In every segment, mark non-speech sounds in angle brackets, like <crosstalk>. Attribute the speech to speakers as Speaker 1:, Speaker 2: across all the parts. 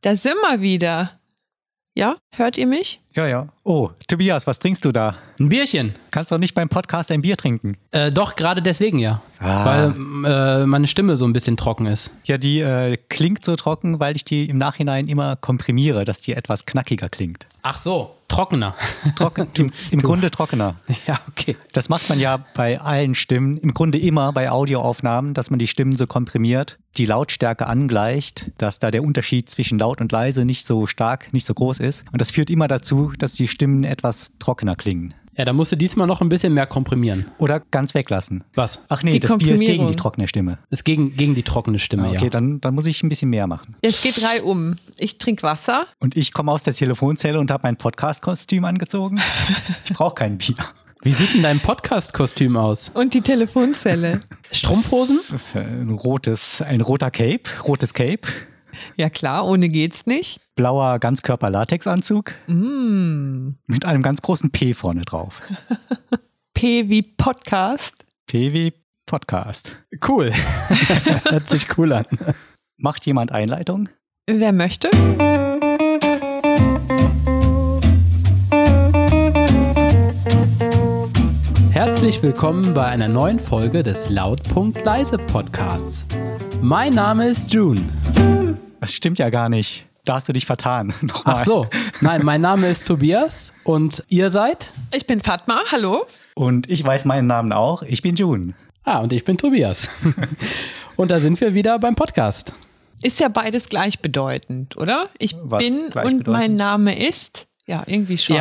Speaker 1: Da sind wir wieder. Ja, hört ihr mich?
Speaker 2: Ja, ja. Oh, Tobias, was trinkst du da?
Speaker 3: Ein Bierchen.
Speaker 2: Kannst doch nicht beim Podcast ein Bier trinken.
Speaker 3: Äh, doch, gerade deswegen ja.
Speaker 2: Ah.
Speaker 3: Weil äh, meine Stimme so ein bisschen trocken ist.
Speaker 2: Ja, die äh, klingt so trocken, weil ich die im Nachhinein immer komprimiere, dass die etwas knackiger klingt.
Speaker 3: Ach so, trockener. <laughs>
Speaker 1: <laughs>
Speaker 2: Trocken, im, im Grunde trockener.
Speaker 3: ja, okay.
Speaker 2: Das macht man ja bei allen Stimmen, im Grunde immer bei Audioaufnahmen, dass man die Stimmen so komprimiert, die Lautstärke angleicht, dass da der Unterschied zwischen laut und leise nicht so stark, nicht so groß ist. Und das führt immer dazu, dass die Stimmen etwas trockener klingen.
Speaker 3: Ja, da musst du diesmal noch ein bisschen mehr komprimieren.
Speaker 2: Oder ganz weglassen.
Speaker 3: Was?
Speaker 2: Ach nee,
Speaker 1: Die
Speaker 2: das Bier ist gegen
Speaker 1: Komprimierung.
Speaker 2: die trockene Stimme.
Speaker 3: Ist gegen, gegen die trockene Stimme,
Speaker 2: Okay,
Speaker 3: ja.
Speaker 2: dann, dann muss ich ein bisschen mehr machen.
Speaker 1: Es geht drei um. Ich trinke Wasser.
Speaker 2: Und ich komme aus der Telefonzelle und habe mein Podcast-Kostüm
Speaker 3: <laughs>
Speaker 2: angezogen. Ich brauche kein Bier.
Speaker 3: Wie sieht denn dein Podcast-Kostüm aus?
Speaker 1: Und die
Speaker 2: <laughs>
Speaker 1: Telefonzelle.
Speaker 3: Strumpfhosen?
Speaker 2: Das ist äh, ein rotes, ein roter Cape, rotes Cape,
Speaker 1: Ja klar, ohne geht's nicht.
Speaker 2: blauer Ganzkörper-Latexanzug
Speaker 1: Hm.
Speaker 2: mit einem ganz großen P vorne
Speaker 3: <laughs>
Speaker 2: drauf.
Speaker 1: P wie Podcast.
Speaker 2: P wie Podcast.
Speaker 3: Cool. <laughs> Hört sich cool an.
Speaker 2: Macht jemand Einleitung?
Speaker 1: Wer möchte?
Speaker 3: Herzlich willkommen bei einer neuen Folge des Lautpunkt Leise Podcasts. Mein Name ist June.
Speaker 2: Das stimmt ja gar nicht. Da hast du dich vertan. <laughs> Nochmal.
Speaker 3: Ach so. Nein, mein Name ist Tobias und ihr seid?
Speaker 1: Ich bin Fatma, hallo.
Speaker 2: Und ich weiß meinen Namen auch. Ich bin June.
Speaker 3: Ah, und ich bin Tobias. <laughs> Und da sind wir wieder beim Podcast.
Speaker 1: Ist ja beides gleichbedeutend, oder? Ich
Speaker 2: Was
Speaker 1: bin und
Speaker 2: gleichbedeutend?
Speaker 1: mein Name ist. Ja, irgendwie schon.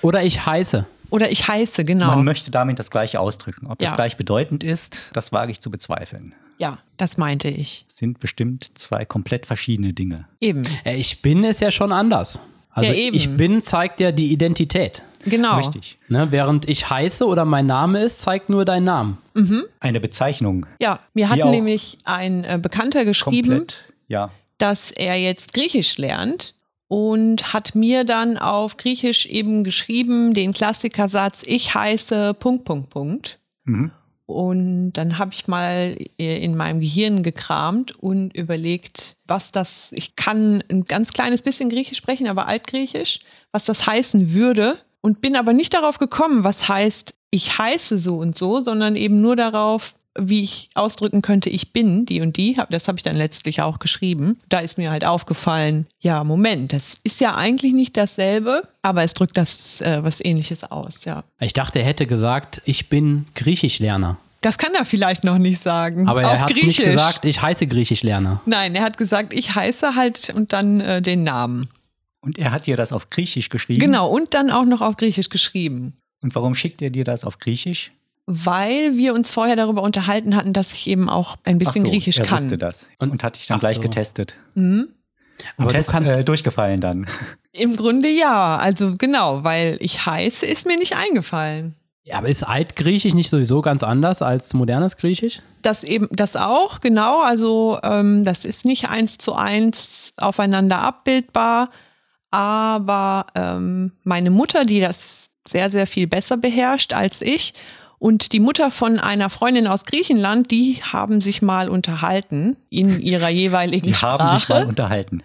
Speaker 3: Oder ich heiße.
Speaker 1: Oder ich heiße, genau.
Speaker 3: Ah.
Speaker 2: Man möchte damit das Gleiche ausdrücken. Ob
Speaker 1: Ja.
Speaker 2: das gleich bedeutend ist, das wage ich zu bezweifeln.
Speaker 1: ja, das meinte ich.
Speaker 2: Es sind bestimmt zwei komplett verschiedene Dinge.
Speaker 1: Eben.
Speaker 3: Äh, Ich bin ist ja schon anders. Also
Speaker 1: Ja, eben.
Speaker 3: ich bin zeigt ja die Identität.
Speaker 1: Genau.
Speaker 2: Richtig.
Speaker 3: Ne? Während ich heiße oder mein Name ist, zeigt nur deinen Namen.
Speaker 2: Eine Bezeichnung.
Speaker 1: Ja, mir
Speaker 2: Die
Speaker 1: hat
Speaker 2: auch
Speaker 1: nämlich ein äh, Bekannter geschrieben,
Speaker 2: Komplett. Ja.
Speaker 1: dass er jetzt Griechisch lernt und hat mir dann auf Griechisch eben geschrieben den Klassikersatz ich heiße Punkt Punkt Punkt
Speaker 2: Mhm.
Speaker 1: und dann habe ich mal äh, in meinem Gehirn gekramt und überlegt, was das ich kann ein ganz kleines bisschen Griechisch sprechen, aber altgriechisch, was das heißen würde und bin aber nicht darauf gekommen, was heißt ich heiße so und so, sondern eben nur darauf, wie ich ausdrücken könnte, ich bin die und die. Hab- Das habe ich dann letztlich auch geschrieben. Da ist mir halt aufgefallen, ja, Moment, das ist ja eigentlich nicht dasselbe, aber es drückt das äh, was ähnliches aus, ja.
Speaker 3: Ich dachte, er hätte gesagt, ich bin Griechischlerner.
Speaker 1: Das kann er vielleicht noch nicht sagen.
Speaker 3: Aber
Speaker 1: Auf
Speaker 3: er hat
Speaker 1: Griechisch.
Speaker 3: nicht gesagt, ich heiße Griechischlerner.
Speaker 1: Nein, er hat gesagt, ich heiße halt und dann äh, den Namen.
Speaker 2: Und er hat dir das auf Griechisch geschrieben.
Speaker 1: Genau, und dann auch noch auf Griechisch geschrieben.
Speaker 2: Und warum schickt er dir das auf Griechisch?
Speaker 1: Weil wir uns vorher darüber unterhalten hatten, dass ich eben auch ein bisschen
Speaker 2: Ach so,
Speaker 1: Griechisch
Speaker 2: er
Speaker 1: kann.
Speaker 2: wusste das.
Speaker 3: Und-
Speaker 2: Und, hatte ich dann
Speaker 3: Ach
Speaker 2: gleich
Speaker 3: so.
Speaker 2: getestet. Und
Speaker 3: Aber du
Speaker 2: Test
Speaker 3: kannst-
Speaker 2: äh, durchgefallen dann.
Speaker 1: Im Grunde ja. Also genau, weil ich heiße, ist mir nicht eingefallen.
Speaker 3: Ja, aber ist Altgriechisch nicht sowieso ganz anders als modernes Griechisch?
Speaker 1: Das eben, das auch, genau. Also ähm, das ist nicht eins zu eins aufeinander abbildbar. Aber ähm, meine Mutter, die das sehr, sehr viel besser beherrscht als ich, und die Mutter von einer Freundin aus Griechenland, die haben sich mal unterhalten in ihrer jeweiligen
Speaker 2: <laughs> Die
Speaker 1: Sprache
Speaker 2: haben sich mal unterhalten.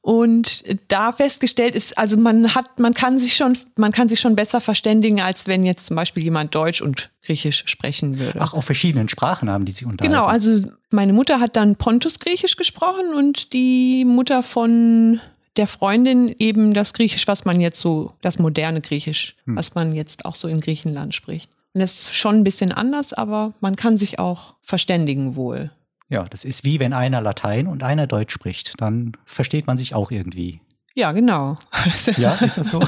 Speaker 1: und da festgestellt ist, also man hat, man kann sich schon, man kann sich schon besser verständigen, als wenn jetzt zum Beispiel jemand Deutsch und Griechisch sprechen würde.
Speaker 2: Ach, auf verschiedenen Sprachen haben die sich unterhalten.
Speaker 1: Genau, also meine Mutter hat dann Pontus-Griechisch gesprochen und die Mutter von der Freundin eben das Griechisch, was man jetzt so, das moderne Griechisch,
Speaker 2: Hm.
Speaker 1: was man jetzt auch so in Griechenland spricht. Und das ist schon ein bisschen anders, aber man kann sich auch verständigen wohl.
Speaker 2: Ja, das ist wie wenn einer Latein und einer Deutsch spricht. Dann versteht man sich auch irgendwie.
Speaker 1: Ja, genau.
Speaker 2: <laughs>
Speaker 1: <laughs>
Speaker 2: Ja, ist das so?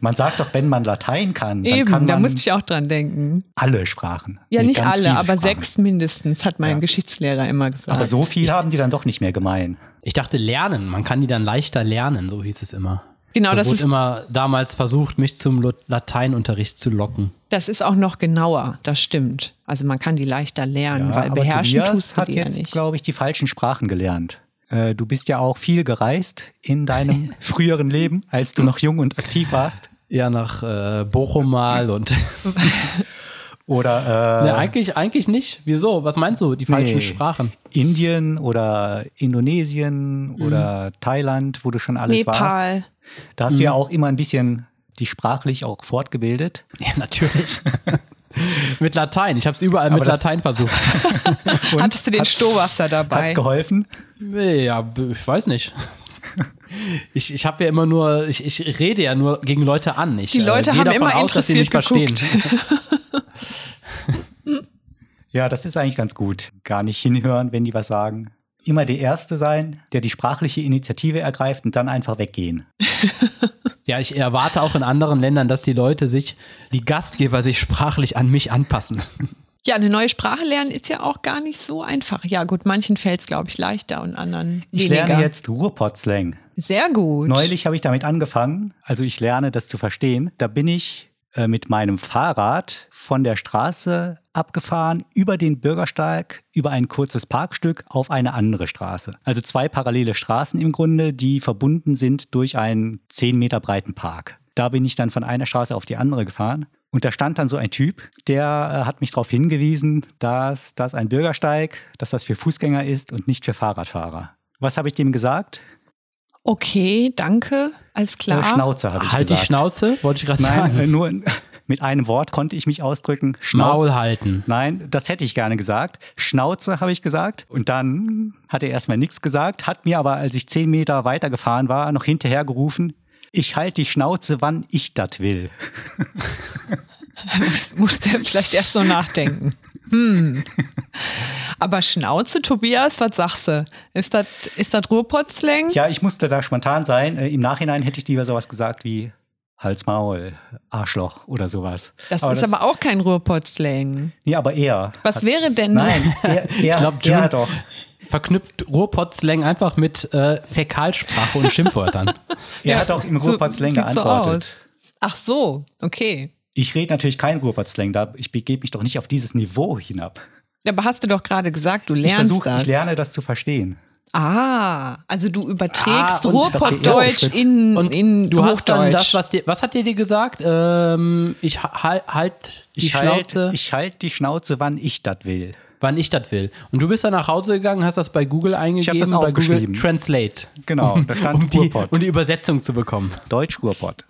Speaker 2: man sagt doch, wenn man Latein kann, dann kann
Speaker 1: eben,
Speaker 2: man
Speaker 1: da musste ich auch dran denken.
Speaker 2: alle Sprachen.
Speaker 1: Ja,
Speaker 2: Nee,
Speaker 1: nicht
Speaker 2: ganz
Speaker 1: alle,
Speaker 2: viele
Speaker 1: aber
Speaker 2: Sprachen.
Speaker 1: sechs mindestens, hat mein
Speaker 2: Ja.
Speaker 1: Geschichtslehrer immer gesagt.
Speaker 2: Aber so viel haben die dann doch nicht mehr gemein.
Speaker 3: Ich dachte lernen, man kann die dann leichter lernen, so hieß es immer.
Speaker 1: Genau,
Speaker 3: so
Speaker 1: das
Speaker 3: wurde
Speaker 1: ist-
Speaker 3: immer damals versucht, mich zum Lo- Lateinunterricht zu locken.
Speaker 1: Das ist auch noch genauer, das stimmt. Also man kann die leichter lernen,
Speaker 2: Ja,
Speaker 1: weil
Speaker 2: aber
Speaker 1: beherrschen
Speaker 2: Tobias
Speaker 1: tust du
Speaker 2: hat
Speaker 1: die
Speaker 2: jetzt,
Speaker 1: ja nicht.
Speaker 2: glaube ich, die falschen Sprachen gelernt. Äh, Du bist ja auch viel gereist
Speaker 1: <laughs>
Speaker 2: in deinem früheren Leben, als du noch jung und aktiv warst.
Speaker 3: <laughs> Ja, nach äh, Bochum mal und
Speaker 2: Oder äh,
Speaker 3: Ne, eigentlich, eigentlich nicht. Wieso? Was meinst du? Die falschen
Speaker 2: Nee. <laughs>
Speaker 3: Sprachen.
Speaker 2: Indien oder Indonesien oder Thailand, wo du schon alles warst.
Speaker 1: Mhm. Nepal. Mhm.
Speaker 2: Da hast du ja auch immer ein bisschen die sprachlich auch fortgebildet.
Speaker 3: Ja, natürlich. <laughs> mit Latein. Ich habe es überall mit
Speaker 2: Aber das-
Speaker 3: Latein versucht.
Speaker 2: Und
Speaker 1: Hattest du den Stohwasser dabei?
Speaker 2: Hat's geholfen?
Speaker 3: Nee, Ja, b- ich weiß nicht. Ich, ich habe ja immer nur, ich, ich rede ja nur gegen Leute an. Ich,
Speaker 2: Also
Speaker 1: Die Leute
Speaker 3: äh, gehe
Speaker 1: haben
Speaker 3: davon
Speaker 1: immer
Speaker 3: aus, dass sie mich
Speaker 1: interessiert
Speaker 3: verstehen.
Speaker 1: <laughs>
Speaker 2: Ja, das ist eigentlich ganz gut. Gar nicht hinhören, wenn die was sagen. Immer der Erste sein, der die sprachliche Initiative ergreift und dann einfach weggehen.
Speaker 3: Ja, ich erwarte auch in anderen Ländern, dass die Leute sich, die Gastgeber sich sprachlich an mich anpassen.
Speaker 1: Ja, eine neue Sprache lernen ist ja auch gar nicht so einfach. Ja, gut, manchen fällt es, glaube ich, leichter und anderen
Speaker 2: Ich
Speaker 1: weniger.
Speaker 2: lerne jetzt Ruhrpott-Slang.
Speaker 1: Sehr gut.
Speaker 2: Neulich habe ich damit angefangen, also ich lerne das zu verstehen. Da bin ich äh, mit meinem Fahrrad von der Straße abgefahren, über den Bürgersteig, über ein kurzes Parkstück auf eine andere Straße. Also zwei parallele Straßen im Grunde, die verbunden sind durch einen 10 Meter breiten Park. Da bin ich dann von einer Straße auf die andere gefahren. Und da stand dann so ein Typ, der äh, hat mich darauf hingewiesen, dass das ein Bürgersteig, dass das für Fußgänger ist und nicht für Fahrradfahrer. Was habe ich dem gesagt?
Speaker 1: Okay, danke. Alles
Speaker 2: Äh,
Speaker 1: klar. <laughs>
Speaker 2: Schnauze habe ich
Speaker 3: Halt die
Speaker 2: gesagt.
Speaker 3: Schnauze, wollte ich gerade
Speaker 2: Nein, äh,
Speaker 3: sagen.
Speaker 2: nur <laughs> mit einem Wort konnte ich mich ausdrücken. Schnau
Speaker 3: Maul halten.
Speaker 2: Nein, das hätte ich gerne gesagt. Schnauze habe ich gesagt. Und dann hat er erstmal nichts gesagt, hat mir aber, als ich zehn Meter weitergefahren war, noch hinterher gerufen. Ich halte die Schnauze, wann ich
Speaker 1: <laughs>
Speaker 2: das will.
Speaker 1: muss, muss der vielleicht erst noch nachdenken. Hm. Aber Schnauze, Tobias, was sagst du? Ist das ist das Ruhrpott-Slang?
Speaker 2: Ja, ich musste da spontan sein. Äh, Im Nachhinein hätte ich lieber sowas gesagt wie Hals, Maul, Arschloch oder sowas.
Speaker 1: das ist aber auch kein Ruhrpott-Slang.
Speaker 2: Nee, aber er.
Speaker 1: Was wäre denn <laughs>
Speaker 2: Nein, er, er, ich
Speaker 3: glaub, Jun-
Speaker 2: er doch.
Speaker 3: Verknüpft Ruhrpott-Slang einfach mit äh, Fäkalsprache und Schimpfwörtern.
Speaker 2: Er hat doch im Ruhrpott-Slang
Speaker 1: sieht so
Speaker 2: geantwortet.
Speaker 1: aus. Ach so, okay.
Speaker 2: Ich rede natürlich kein Ruhrpott-Slang, da ich begebe mich doch nicht auf dieses Niveau hinab.
Speaker 1: Aber hast du doch gerade gesagt, du
Speaker 2: Ich
Speaker 1: lernst
Speaker 2: versuche,
Speaker 1: das.
Speaker 2: ich lerne das zu verstehen.
Speaker 1: Ah, also du überträgst
Speaker 3: Ah, und-
Speaker 1: Ruhrpottdeutsch
Speaker 2: Schritt.
Speaker 1: in,
Speaker 3: Und
Speaker 1: Hm. in
Speaker 3: du hast dann
Speaker 1: Hochdeutsch.
Speaker 3: das, was dir, was hat dir die gesagt? Ähm, ich ha- halt, halt die
Speaker 2: Ich
Speaker 3: Schnauze,
Speaker 2: halte ich halt die Schnauze, wann ich das will.
Speaker 3: wann ich das will. Und du bist dann nach Hause gegangen, hast das bei Google
Speaker 2: hab
Speaker 3: eingegeben,
Speaker 2: das
Speaker 3: bei Google
Speaker 2: aufgeschrieben.
Speaker 3: Translate,
Speaker 2: Genau, da stand
Speaker 3: um die,
Speaker 2: Ruhrpott,
Speaker 3: um die Übersetzung zu bekommen.
Speaker 2: Deutsch-Ruhrpott.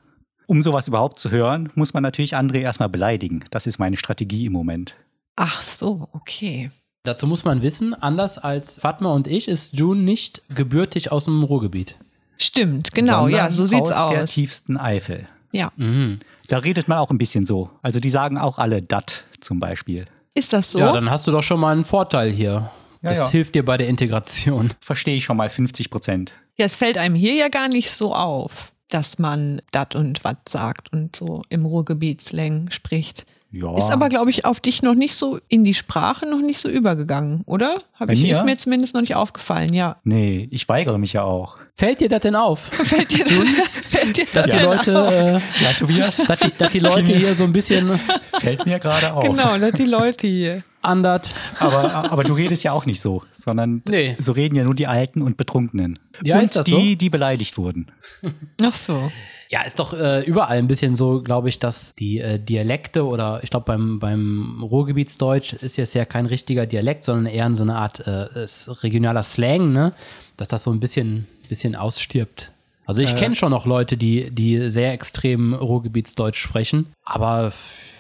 Speaker 2: Um sowas überhaupt zu hören, muss man natürlich andere erstmal beleidigen. Das ist meine Strategie im Moment.
Speaker 1: Ach so, okay.
Speaker 3: Dazu muss man wissen, anders als Fatma und ich ist June nicht gebürtig aus dem Ruhrgebiet.
Speaker 1: Stimmt, genau, ja,
Speaker 2: Sondern
Speaker 1: so sieht's
Speaker 2: aus. der
Speaker 1: aus.
Speaker 2: tiefsten Eifel.
Speaker 1: Ja,
Speaker 2: Da redet man auch ein bisschen so. Also die sagen auch alle dat zum Beispiel.
Speaker 1: ist das so?
Speaker 3: Ja, dann hast du doch schon mal einen Vorteil hier.
Speaker 2: Ja,
Speaker 3: Das
Speaker 2: ja.
Speaker 3: hilft dir bei der Integration.
Speaker 2: Verstehe ich schon mal 50 Prozent.
Speaker 1: Ja, es fällt einem hier ja gar nicht so auf, dass man dat und wat sagt und so im Ruhrgebietsslang spricht.
Speaker 2: Ja.
Speaker 1: Ist aber, glaube ich, auf dich noch nicht so in die Sprache noch nicht so übergegangen, oder? Hab
Speaker 2: Bei
Speaker 1: ich,
Speaker 2: mir?
Speaker 1: ist mir zumindest noch nicht aufgefallen, ja.
Speaker 2: nee, ich weigere mich ja auch.
Speaker 3: Fällt dir das
Speaker 1: <laughs>
Speaker 3: denn auf?
Speaker 1: Fällt dir, fällt dir
Speaker 3: Dass
Speaker 1: das
Speaker 3: die
Speaker 1: denn auf?
Speaker 3: Leute,
Speaker 2: Ja, Tobias,
Speaker 3: äh, <laughs> dass die,
Speaker 2: <laughs>
Speaker 3: dass die Leute hier so ein bisschen
Speaker 2: fällt mir gerade auf.
Speaker 1: Genau, ne, die Leute hier.
Speaker 3: anders.
Speaker 2: Aber, aber du redest ja auch nicht so, sondern
Speaker 3: Nee.
Speaker 2: so reden ja nur die Alten und Betrunkenen.
Speaker 3: Ja,
Speaker 2: und
Speaker 3: ist das
Speaker 2: die,
Speaker 3: so?
Speaker 2: die beleidigt wurden.
Speaker 1: Ach so.
Speaker 3: Ja, ist doch äh, überall ein bisschen so, glaube ich, dass die äh, Dialekte oder ich glaube beim, beim Ruhrgebietsdeutsch ist jetzt ja kein richtiger Dialekt, sondern eher so eine Art äh, ist regionaler Slang, ne? Dass das so ein bisschen, bisschen ausstirbt. Also ich kenne schon noch Leute, die, die sehr extrem Ruhrgebietsdeutsch sprechen, aber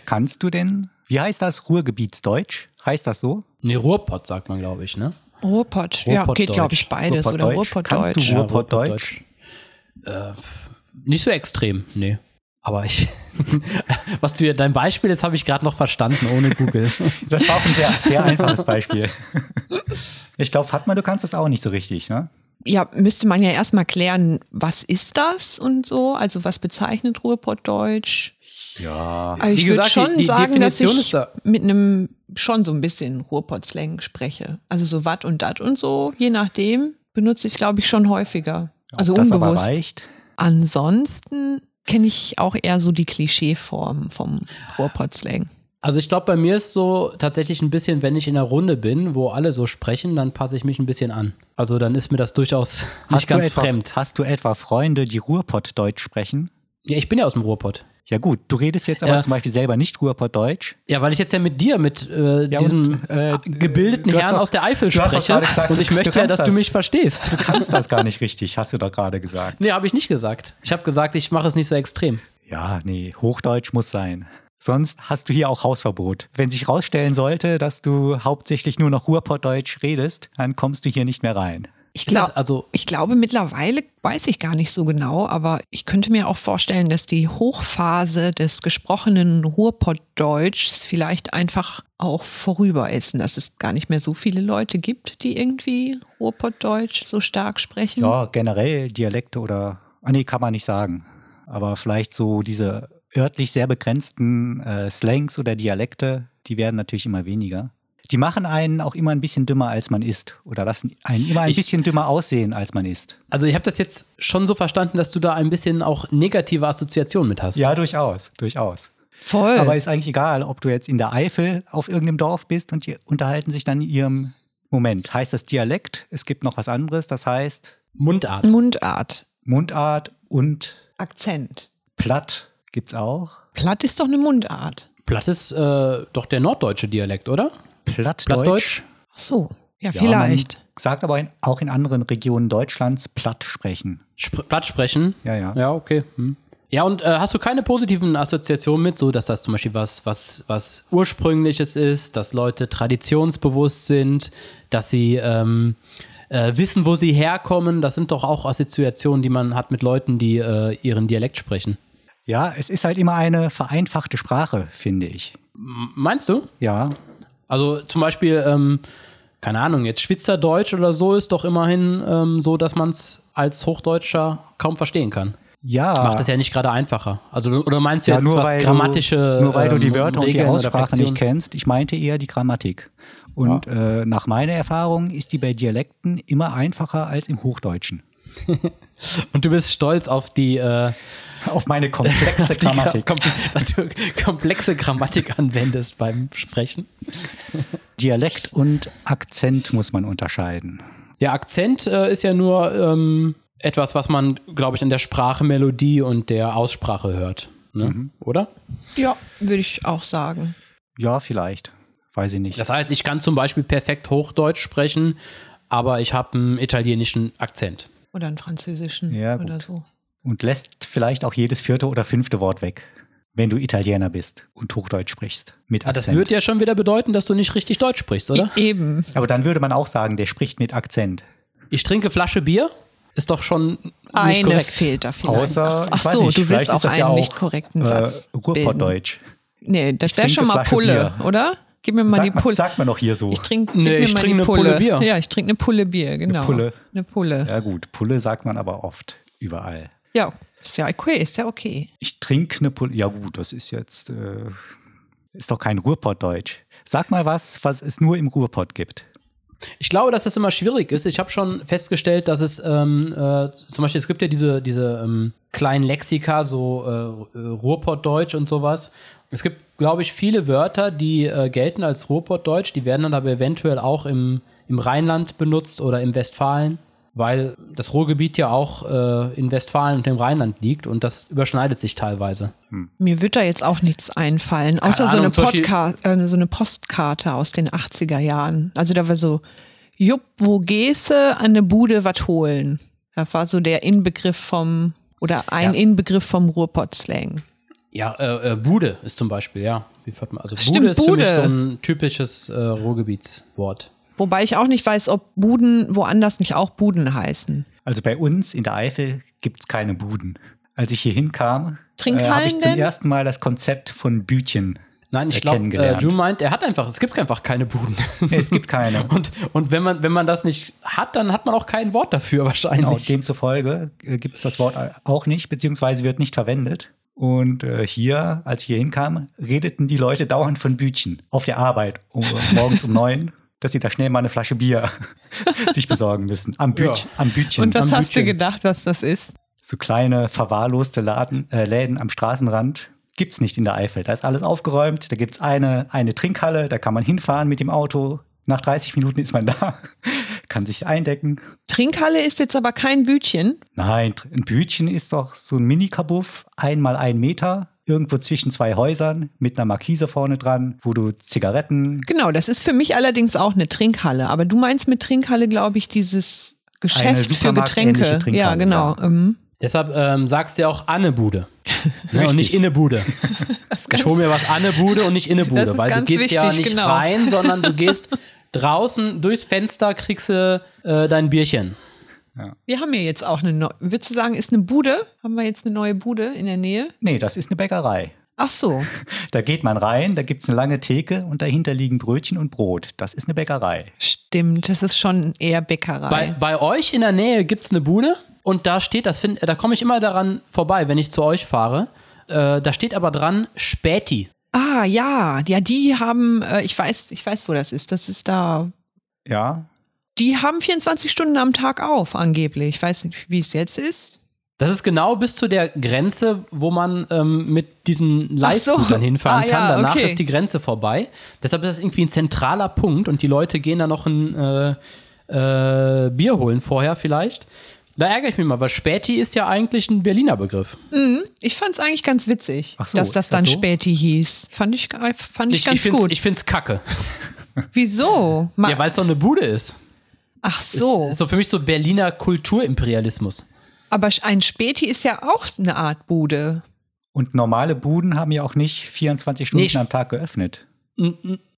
Speaker 2: Kannst du denn, wie heißt das, Ruhrgebietsdeutsch? Heißt das so?
Speaker 3: ne, Ruhrpott sagt man, glaube ich, ne?
Speaker 1: Ruhrpott, ja, geht,
Speaker 3: Ruhrpottdeutsch.
Speaker 1: glaube ich, beides. Oder
Speaker 2: Ruhrpottdeutsch. Kannst
Speaker 1: Ruhrpottdeutsch.
Speaker 2: du- Ruhrpottdeutsch.
Speaker 3: Ruhrpottdeutsch. Äh, pf, nicht so extrem, nee. Aber ich, <laughs> was du dein Beispiel, jetzt habe ich gerade noch verstanden, ohne Google.
Speaker 2: Das war auch ein sehr, sehr einfaches Beispiel. Ich glaube, Fatma, du kannst das auch nicht so richtig, ne?
Speaker 1: Ja, müsste man ja erstmal klären, was ist das und so, also was bezeichnet Ruhrpottdeutsch?
Speaker 2: Ja.
Speaker 1: Aber ich würde
Speaker 3: gesagt, die-
Speaker 1: schon
Speaker 3: die
Speaker 1: sagen,
Speaker 3: Definition
Speaker 1: dass ich
Speaker 3: ist da-
Speaker 1: mit einem schon so ein bisschen Ruhrpott-Slang spreche. Also so wat und dat und so, je nachdem, benutze ich, glaube ich, schon häufiger. Also
Speaker 2: das
Speaker 1: unbewusst.
Speaker 2: aber reicht.
Speaker 1: Ansonsten kenne ich auch eher so die Klischeeform vom Ruhrpott-Slang.
Speaker 3: Also ich glaube, bei mir ist so tatsächlich ein bisschen, wenn ich in einer Runde bin, wo alle so sprechen, dann passe ich mich ein bisschen an. Also dann ist mir das durchaus <laughs> nicht
Speaker 2: du
Speaker 3: ganz
Speaker 2: etwa,
Speaker 3: fremd.
Speaker 2: Hast du etwa Freunde, die Ruhrpottdeutsch sprechen?
Speaker 3: Ja, ich bin ja aus dem Ruhrpott.
Speaker 2: Ja gut, du redest jetzt aber
Speaker 3: Ja.
Speaker 2: zum Beispiel selber nicht Ruhrpottdeutsch.
Speaker 3: Ja, weil ich jetzt ja mit dir, mit äh,
Speaker 2: Ja,
Speaker 3: diesem
Speaker 2: und, äh,
Speaker 3: gebildeten
Speaker 2: du hast
Speaker 3: Herrn
Speaker 2: doch-
Speaker 3: aus der Eifel
Speaker 2: du hast doch
Speaker 3: spreche.
Speaker 2: gerade gesagt,
Speaker 3: und ich
Speaker 2: du-
Speaker 3: möchte
Speaker 2: du
Speaker 3: ja,
Speaker 2: kannst
Speaker 3: dass du
Speaker 2: das.
Speaker 3: mich verstehst.
Speaker 2: Du
Speaker 3: <laughs>
Speaker 2: kannst das gar nicht richtig, hast du doch gerade gesagt.
Speaker 3: Nee, habe ich nicht gesagt. Ich habe gesagt, ich mache es nicht so extrem.
Speaker 2: Ja, nee, Hochdeutsch muss sein. Sonst hast du hier auch Hausverbot. Wenn sich rausstellen sollte, dass du hauptsächlich nur noch Ruhrpottdeutsch redest, dann kommst du hier nicht mehr rein.
Speaker 1: Ich,
Speaker 3: Ist
Speaker 1: glaub,
Speaker 3: das also
Speaker 1: ich glaube, mittlerweile weiß ich gar nicht so genau, aber ich könnte mir auch vorstellen, dass die Hochphase des gesprochenen Ruhrpottdeutschs vielleicht einfach auch vorüber ist und dass es gar nicht mehr so viele Leute gibt, die irgendwie Ruhrpottdeutsch so stark sprechen.
Speaker 2: Ja, generell Dialekte oder. Ah, nee, kann man nicht sagen. Aber vielleicht so diese örtlich sehr begrenzten äh, Slangs oder Dialekte, die werden natürlich immer weniger. Die machen einen auch immer ein bisschen dümmer, als man ist. Oder lassen einen immer ein
Speaker 3: Ich-
Speaker 2: bisschen dümmer aussehen, als man ist.
Speaker 3: Also ich habe das jetzt schon so verstanden, dass du da ein bisschen auch negative Assoziationen mit hast.
Speaker 2: Ja, durchaus, durchaus.
Speaker 1: Voll.
Speaker 2: Aber ist eigentlich egal, ob du jetzt in der Eifel auf irgendeinem Dorf bist und die unterhalten sich dann in ihrem Moment. Heißt das Dialekt? Es gibt noch was anderes, das heißt
Speaker 3: Mundart.
Speaker 1: Mundart,
Speaker 2: Mundart und
Speaker 1: Akzent.
Speaker 2: Platt gibt's auch.
Speaker 1: Platt ist doch eine Mundart.
Speaker 3: Platt ist äh, doch der norddeutsche Dialekt, oder?
Speaker 2: Plattdeutsch.
Speaker 3: Plattdeutsch?
Speaker 1: Ach so, ja,
Speaker 2: Ja,
Speaker 1: vielleicht.
Speaker 2: Man sagt aber in, auch in anderen Regionen Deutschlands platt sprechen.
Speaker 3: Sp Platt sprechen?
Speaker 2: Ja, ja.
Speaker 3: Ja, okay. Hm. Ja, und äh, hast du keine positiven Assoziationen mit, so dass das zum Beispiel was, was, was Ursprüngliches ist, dass Leute traditionsbewusst sind, dass sie ähm, äh, wissen, wo sie herkommen? Das sind doch auch Assoziationen, die man hat mit Leuten, die äh, ihren Dialekt sprechen.
Speaker 2: Ja, es ist halt immer eine vereinfachte Sprache, finde ich.
Speaker 3: M meinst du?
Speaker 2: Ja,
Speaker 3: Also zum Beispiel, ähm, keine Ahnung, jetzt Schweizerdeutsch oder so ist doch immerhin ähm, so, dass man es als Hochdeutscher kaum verstehen kann.
Speaker 2: ja.
Speaker 3: Macht das ja nicht gerade einfacher. Also du- oder meinst du
Speaker 2: Ah. ja,
Speaker 3: jetzt was
Speaker 2: weil
Speaker 3: grammatische
Speaker 2: Du, nur weil du die
Speaker 3: ähm,
Speaker 2: Wörter und die
Speaker 3: Regeln oder
Speaker 2: Aussprache
Speaker 3: Flexionen-
Speaker 2: nicht kennst. Ich meinte eher die Grammatik. Und äh, nach meiner Erfahrung ist die bei Dialekten immer einfacher als im Hochdeutschen. <laughs>
Speaker 3: Und du bist stolz auf die, äh,
Speaker 2: Auf meine komplexe
Speaker 3: <laughs> die Gra-
Speaker 2: Grammatik.
Speaker 3: Kom dass du komplexe Grammatik anwendest beim Sprechen.
Speaker 2: Dialekt und Akzent muss man unterscheiden.
Speaker 3: Ja, Akzent äh, ist ja nur ähm, etwas, was man, glaube ich, an der Sprachmelodie und der Aussprache hört. Ne?
Speaker 2: Mhm.
Speaker 3: Oder?
Speaker 1: Ja, würde ich auch sagen.
Speaker 2: Ja, vielleicht. Weiß ich nicht.
Speaker 3: Das heißt, ich kann zum Beispiel perfekt Hochdeutsch sprechen, aber ich habe einen italienischen Akzent.
Speaker 1: Oder einen französischen
Speaker 2: Ja,
Speaker 1: oder
Speaker 2: gut.
Speaker 1: so.
Speaker 2: Und lässt vielleicht auch jedes vierte oder fünfte Wort weg, wenn du Italiener bist und Hochdeutsch sprichst. Mit
Speaker 3: Ah, Das
Speaker 2: Akzent.
Speaker 3: würde ja schon wieder bedeuten, dass du nicht richtig Deutsch sprichst, oder?
Speaker 1: E-, Eben.
Speaker 2: Aber dann würde man auch sagen, der spricht mit Akzent.
Speaker 3: Ich trinke Flasche Bier, ist doch schon nicht
Speaker 1: Eine
Speaker 3: korrekt.
Speaker 1: fehlt da vielleicht.
Speaker 2: Außer,
Speaker 1: Ach
Speaker 2: ich weiß
Speaker 1: so,
Speaker 2: nicht,
Speaker 1: du
Speaker 2: vielleicht
Speaker 1: willst
Speaker 2: ist
Speaker 1: auch
Speaker 2: das
Speaker 1: einen
Speaker 2: ja auch
Speaker 1: nicht korrekten
Speaker 2: äh,
Speaker 1: Satz. bilden.
Speaker 2: Ruhrpottdeutsch.
Speaker 1: Nee, das
Speaker 2: Ich
Speaker 1: wäre
Speaker 2: trinke
Speaker 1: schon mal
Speaker 2: Flasche
Speaker 1: Pulle,
Speaker 2: Bier.
Speaker 1: oder? Gib mir mal die
Speaker 2: Sagt man,
Speaker 1: Pulle.
Speaker 2: sagt man doch hier so.
Speaker 1: ich trinke
Speaker 3: Nee, ich
Speaker 1: mal
Speaker 3: trinke
Speaker 1: die
Speaker 3: eine Pulle Bier.
Speaker 1: Ja, ich trinke eine Pulle Bier, genau.
Speaker 2: Pulle.
Speaker 1: Eine Pulle.
Speaker 2: Ja gut, Pulle sagt man aber oft überall.
Speaker 1: Ja, ist ja okay, ist ja okay.
Speaker 2: Ich trinke eine Pulle. Ja gut, das ist jetzt äh, ist doch kein Ruhrpottdeutsch. Sag mal was, was es nur im Ruhrpott gibt.
Speaker 3: Ich glaube, dass das immer schwierig ist. Ich habe schon festgestellt, dass es ähm, äh, zum Beispiel, es gibt ja diese, diese ähm, kleinen Lexika, so äh, Ruhrpottdeutsch und sowas. Es gibt, glaube ich, viele Wörter, die äh, gelten als Ruhrpottdeutsch, die werden dann aber eventuell auch im, im Rheinland benutzt oder im Westfalen, weil das Ruhrgebiet ja auch äh, in Westfalen und im Rheinland liegt und das überschneidet sich teilweise.
Speaker 1: Mir wird da jetzt auch nichts einfallen, außer so,
Speaker 3: Ahnung,
Speaker 1: eine
Speaker 3: zum Beispiel-
Speaker 1: Podcast, äh, so eine Postkarte aus den 80er Jahren. Also da war so, Jupp, wo gehste an ne Bude wat holen? Das war so der Inbegriff vom, oder ein
Speaker 3: Ja.
Speaker 1: Inbegriff vom Ruhrpott-Slang.
Speaker 3: Ja, äh, äh, Bude ist zum Beispiel, ja. Wie fährt man? Also Bude
Speaker 1: Stimmt,
Speaker 3: ist für mich
Speaker 1: Bude.
Speaker 3: so ein typisches äh, Ruhrgebietswort.
Speaker 1: Wobei ich auch nicht weiß, ob Buden woanders nicht auch Buden heißen.
Speaker 2: Also bei uns in der Eifel gibt es keine Buden. Als ich hier hinkam, äh,
Speaker 1: Trinkhallen
Speaker 2: habe ich zum
Speaker 1: denn?
Speaker 2: ersten Mal das Konzept von Bütchen.
Speaker 3: Nein, ich
Speaker 2: äh,
Speaker 3: glaube, äh,
Speaker 2: kennengelernt.
Speaker 3: Drew meint, er hat einfach, es gibt einfach keine Buden.
Speaker 2: Nee,
Speaker 3: <laughs>
Speaker 2: es gibt keine.
Speaker 3: und und wenn, man, wenn man das nicht hat, dann hat man auch kein Wort dafür
Speaker 2: Genau,
Speaker 3: wahrscheinlich.
Speaker 2: demzufolge äh, gibt es das Wort auch nicht, beziehungsweise wird nicht verwendet. Und äh, hier, als ich hier hinkam, redeten die Leute dauernd von Bütchen auf der Arbeit um, <laughs> morgens um neun, dass sie da schnell mal eine Flasche Bier <laughs> sich besorgen müssen. Am, Bütch,
Speaker 3: Ja.
Speaker 2: am Bütchen.
Speaker 1: Und was
Speaker 2: am
Speaker 1: hast du
Speaker 2: Bütchen.
Speaker 1: gedacht, was das ist?
Speaker 2: So kleine, verwahrloste Laden, äh, Läden am Straßenrand gibt's nicht in der Eifel. Da ist alles aufgeräumt, da gibt's eine, eine Trinkhalle, <laughs> da kann man hinfahren mit dem Auto. Nach 30 Minuten ist man da. kann sich eindecken.
Speaker 1: Trinkhalle ist jetzt aber kein Bütchen.
Speaker 2: Nein, ein Bütchen ist doch so ein Mini-Kabuff, einmal ein Meter, irgendwo zwischen zwei Häusern mit einer Markise vorne dran, wo du Zigaretten,
Speaker 1: Genau, das ist für mich allerdings auch eine Trinkhalle. Aber du meinst mit Trinkhalle, glaube ich, dieses
Speaker 2: Eine
Speaker 1: Geschäft für
Speaker 2: supermarktähnliche
Speaker 1: Getränke.
Speaker 2: Trinkhalle,
Speaker 1: Ja, genau. Ähm,
Speaker 3: Deshalb ähm, sagst du ja auch Annebude. Ne, und
Speaker 2: Richtig.
Speaker 3: nicht Innebude. ich hole mir was Annebude und nicht
Speaker 1: Das
Speaker 3: Innebude,
Speaker 1: ist
Speaker 3: weil du
Speaker 1: ganz
Speaker 3: gehst ja
Speaker 1: wichtig,
Speaker 3: nicht
Speaker 1: genau.
Speaker 3: rein, sondern du gehst draußen durchs Fenster, kriegst du äh, dein Bierchen.
Speaker 1: Wir haben hier jetzt auch eine neue. Würdest du sagen, ist eine Bude? Haben wir jetzt eine neue Bude in der Nähe?
Speaker 2: Nee, das ist eine Bäckerei.
Speaker 1: Ach so.
Speaker 2: Da geht man rein, da gibt es eine lange Theke und dahinter liegen Brötchen und Brot. Das ist eine Bäckerei.
Speaker 1: Stimmt, das ist schon eher
Speaker 3: Bei,
Speaker 1: Bäckerei.
Speaker 3: bei euch in der Nähe gibt es eine Bude und da steht, das find, da komme ich immer daran vorbei, wenn ich zu euch fahre. Äh, da steht aber dran Späti.
Speaker 1: ah, ja. Ja, die haben, äh, ich weiß, ich weiß, wo das ist. Das ist da.
Speaker 2: Ja,
Speaker 1: Die haben 24 Stunden am Tag auf, angeblich. Ich weiß nicht, wie es jetzt ist.
Speaker 3: Das ist genau bis zu der Grenze, wo man ähm, mit diesen Leistungen
Speaker 1: so. <laughs> Ah,
Speaker 3: hinfahren kann.
Speaker 1: ja,
Speaker 3: Danach
Speaker 1: okay.
Speaker 3: ist die Grenze vorbei. Deshalb ist das irgendwie ein zentraler Punkt und die Leute gehen da noch ein äh, äh, Bier holen vorher vielleicht. Da ärgere ich mich mal, weil Späti ist ja eigentlich ein Berliner Begriff.
Speaker 1: Ich fand es eigentlich ganz witzig,
Speaker 2: Ach so,
Speaker 1: dass das
Speaker 2: ist das
Speaker 1: dann
Speaker 2: so?
Speaker 1: Späti hieß. Fand ich, ge- fand ich,
Speaker 3: Ich, ich,
Speaker 1: ganz
Speaker 3: find's,
Speaker 1: gut.
Speaker 3: ich find's kacke.
Speaker 1: Wieso? Ma
Speaker 3: Ja, weil es so eine Bude ist.
Speaker 1: Ach so.
Speaker 3: Ist, ist so für mich so Berliner Kulturimperialismus.
Speaker 1: Aber ein Späti ist ja auch eine Art Bude.
Speaker 2: Und normale Buden haben ja auch nicht 24 Stunden
Speaker 3: Nee,
Speaker 2: am Tag geöffnet.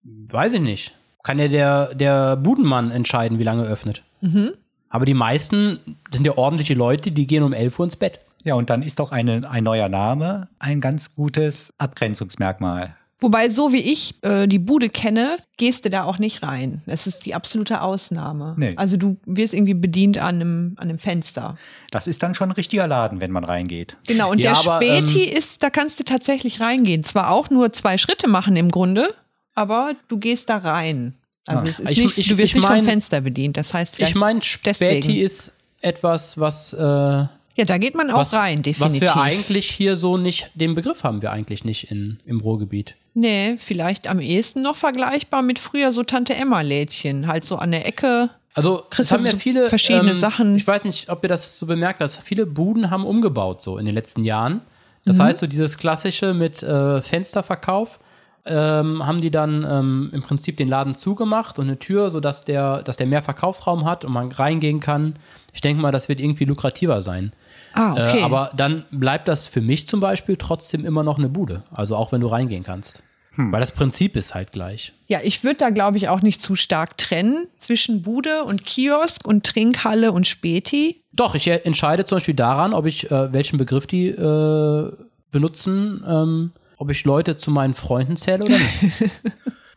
Speaker 3: Weiß ich nicht. Kann ja der, der Budenmann entscheiden, wie lange er öffnet.
Speaker 1: Mhm.
Speaker 3: Aber die meisten das sind ja ordentliche Leute, die gehen um 11 Uhr ins Bett.
Speaker 2: Ja, und dann ist doch eine, ein neuer Name ein ganz gutes Abgrenzungsmerkmal.
Speaker 1: Wobei, so wie ich äh, die Bude kenne, gehst du da auch nicht rein. Das ist die absolute Ausnahme.
Speaker 2: Nee.
Speaker 1: Also du wirst irgendwie bedient an einem, an einem Fenster.
Speaker 2: Das ist dann schon ein richtiger Laden, wenn man reingeht.
Speaker 1: Genau, und
Speaker 3: Ja,
Speaker 1: der
Speaker 3: aber, ähm,
Speaker 1: Späti ist, da kannst du tatsächlich reingehen. Zwar auch nur zwei Schritte machen im Grunde, aber du gehst da rein. Also
Speaker 2: Ah.
Speaker 1: es ist
Speaker 3: Ich-
Speaker 1: nicht,
Speaker 3: ich-
Speaker 1: du wirst
Speaker 3: ich
Speaker 1: nicht
Speaker 3: mein-
Speaker 1: vom Fenster bedient. Das heißt, vielleicht,
Speaker 3: Ich meine,
Speaker 1: deswegen.
Speaker 3: Späti ist etwas, was, äh, was,
Speaker 1: ja, da geht man auch rein,
Speaker 3: was
Speaker 1: definitiv.
Speaker 3: wir eigentlich hier so nicht, den Begriff haben wir eigentlich nicht in, im Ruhrgebiet.
Speaker 1: nee, vielleicht am ehesten noch vergleichbar mit früher so Tante Emma-Lädchen. Halt so an der Ecke.
Speaker 3: Also
Speaker 1: Chris,
Speaker 3: es haben
Speaker 1: so
Speaker 3: ja viele ähm,
Speaker 1: verschiedene Sachen.
Speaker 3: Ich weiß nicht, ob ihr das so bemerkt habt. Viele Buden haben umgebaut so in den letzten Jahren. Das
Speaker 1: Mhm.
Speaker 3: heißt, so dieses klassische mit äh, Fensterverkauf ähm, haben die dann ähm, im Prinzip den Laden zugemacht und eine Tür, sodass der, dass der mehr Verkaufsraum hat und man reingehen kann. Ich denke mal, das wird irgendwie lukrativer sein.
Speaker 1: Ah, okay.
Speaker 3: Äh, aber dann bleibt das für mich zum Beispiel trotzdem immer noch eine Bude. Also auch wenn du reingehen kannst. Weil das Prinzip ist halt gleich.
Speaker 1: Ja, ich würde da, glaube ich, auch nicht zu stark trennen zwischen Bude und Kiosk und Trinkhalle und Späti.
Speaker 3: Doch, ich entscheide zum Beispiel daran, ob ich äh, welchen Begriff die äh, benutzen, ähm, ob ich Leute zu meinen Freunden zähle oder nicht.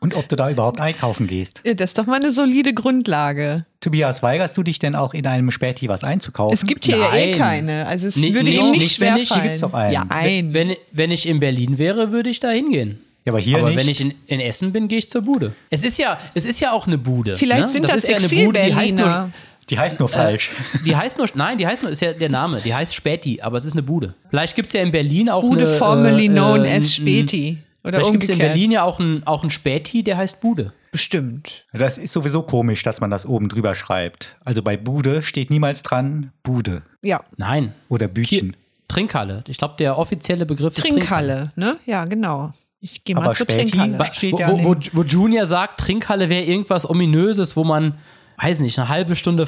Speaker 2: Und ob du da überhaupt einkaufen gehst.
Speaker 1: Ja, Äh, Das ist doch mal eine solide Grundlage.
Speaker 2: Tobias, weigerst du dich denn auch in einem Späti was einzukaufen?
Speaker 1: Es gibt hier ja eh
Speaker 3: Nein.
Speaker 1: keine. Also es
Speaker 3: Nee,
Speaker 1: würde
Speaker 3: nee,
Speaker 1: ihm nicht
Speaker 3: nicht, wenn ich- hier
Speaker 1: schwerfallen.
Speaker 2: gibt's doch einen.
Speaker 1: Ja, ein.
Speaker 3: wenn, wenn ich in Berlin wäre, würde ich da hingehen.
Speaker 2: ja, aber hier
Speaker 3: Aber
Speaker 2: nicht.
Speaker 3: wenn ich in, in Essen bin, gehe ich zur Bude. Es ist ja, es ist ja auch eine Bude.
Speaker 1: Vielleicht
Speaker 3: ne?
Speaker 1: sind das,
Speaker 3: ist ja eine Bude, die heißt nur,
Speaker 1: Exil-Berliner.
Speaker 2: die heißt
Speaker 1: Äh,
Speaker 2: nur falsch.
Speaker 3: die heißt nur, nein, die heißt nur, ist ja der Name, die heißt Späti, aber es ist eine Bude. Vielleicht gibt es ja in Berlin auch
Speaker 1: Bude
Speaker 3: eine... äh,
Speaker 1: formerly
Speaker 3: äh,
Speaker 1: known
Speaker 3: n- n-
Speaker 1: as Späti. Oder
Speaker 3: Vielleicht gibt es in
Speaker 1: umgekehrt.
Speaker 3: Berlin ja auch einen auch ein Späti, der heißt Bude.
Speaker 1: Bestimmt.
Speaker 2: Das ist sowieso komisch, dass man das oben drüber schreibt. Also bei Bude steht niemals dran Bude
Speaker 1: Ja,
Speaker 3: Nein.
Speaker 2: oder
Speaker 3: Ki-
Speaker 2: Bütchen.
Speaker 3: Trinkhalle. Ich glaube, der offizielle Begriff
Speaker 1: Trinkhalle, ne? Ja, genau. Ich gehe mal
Speaker 2: Aber
Speaker 1: zur
Speaker 2: Späti-
Speaker 1: Trinkhalle.
Speaker 2: Ba-
Speaker 3: ist
Speaker 2: steht
Speaker 3: Trinkhalle.
Speaker 2: ja
Speaker 3: Wo, wo,
Speaker 2: nicht.
Speaker 3: wo Junior sagt, Trinkhalle wäre irgendwas Ominöses, wo man, weiß nicht, eine halbe Stunde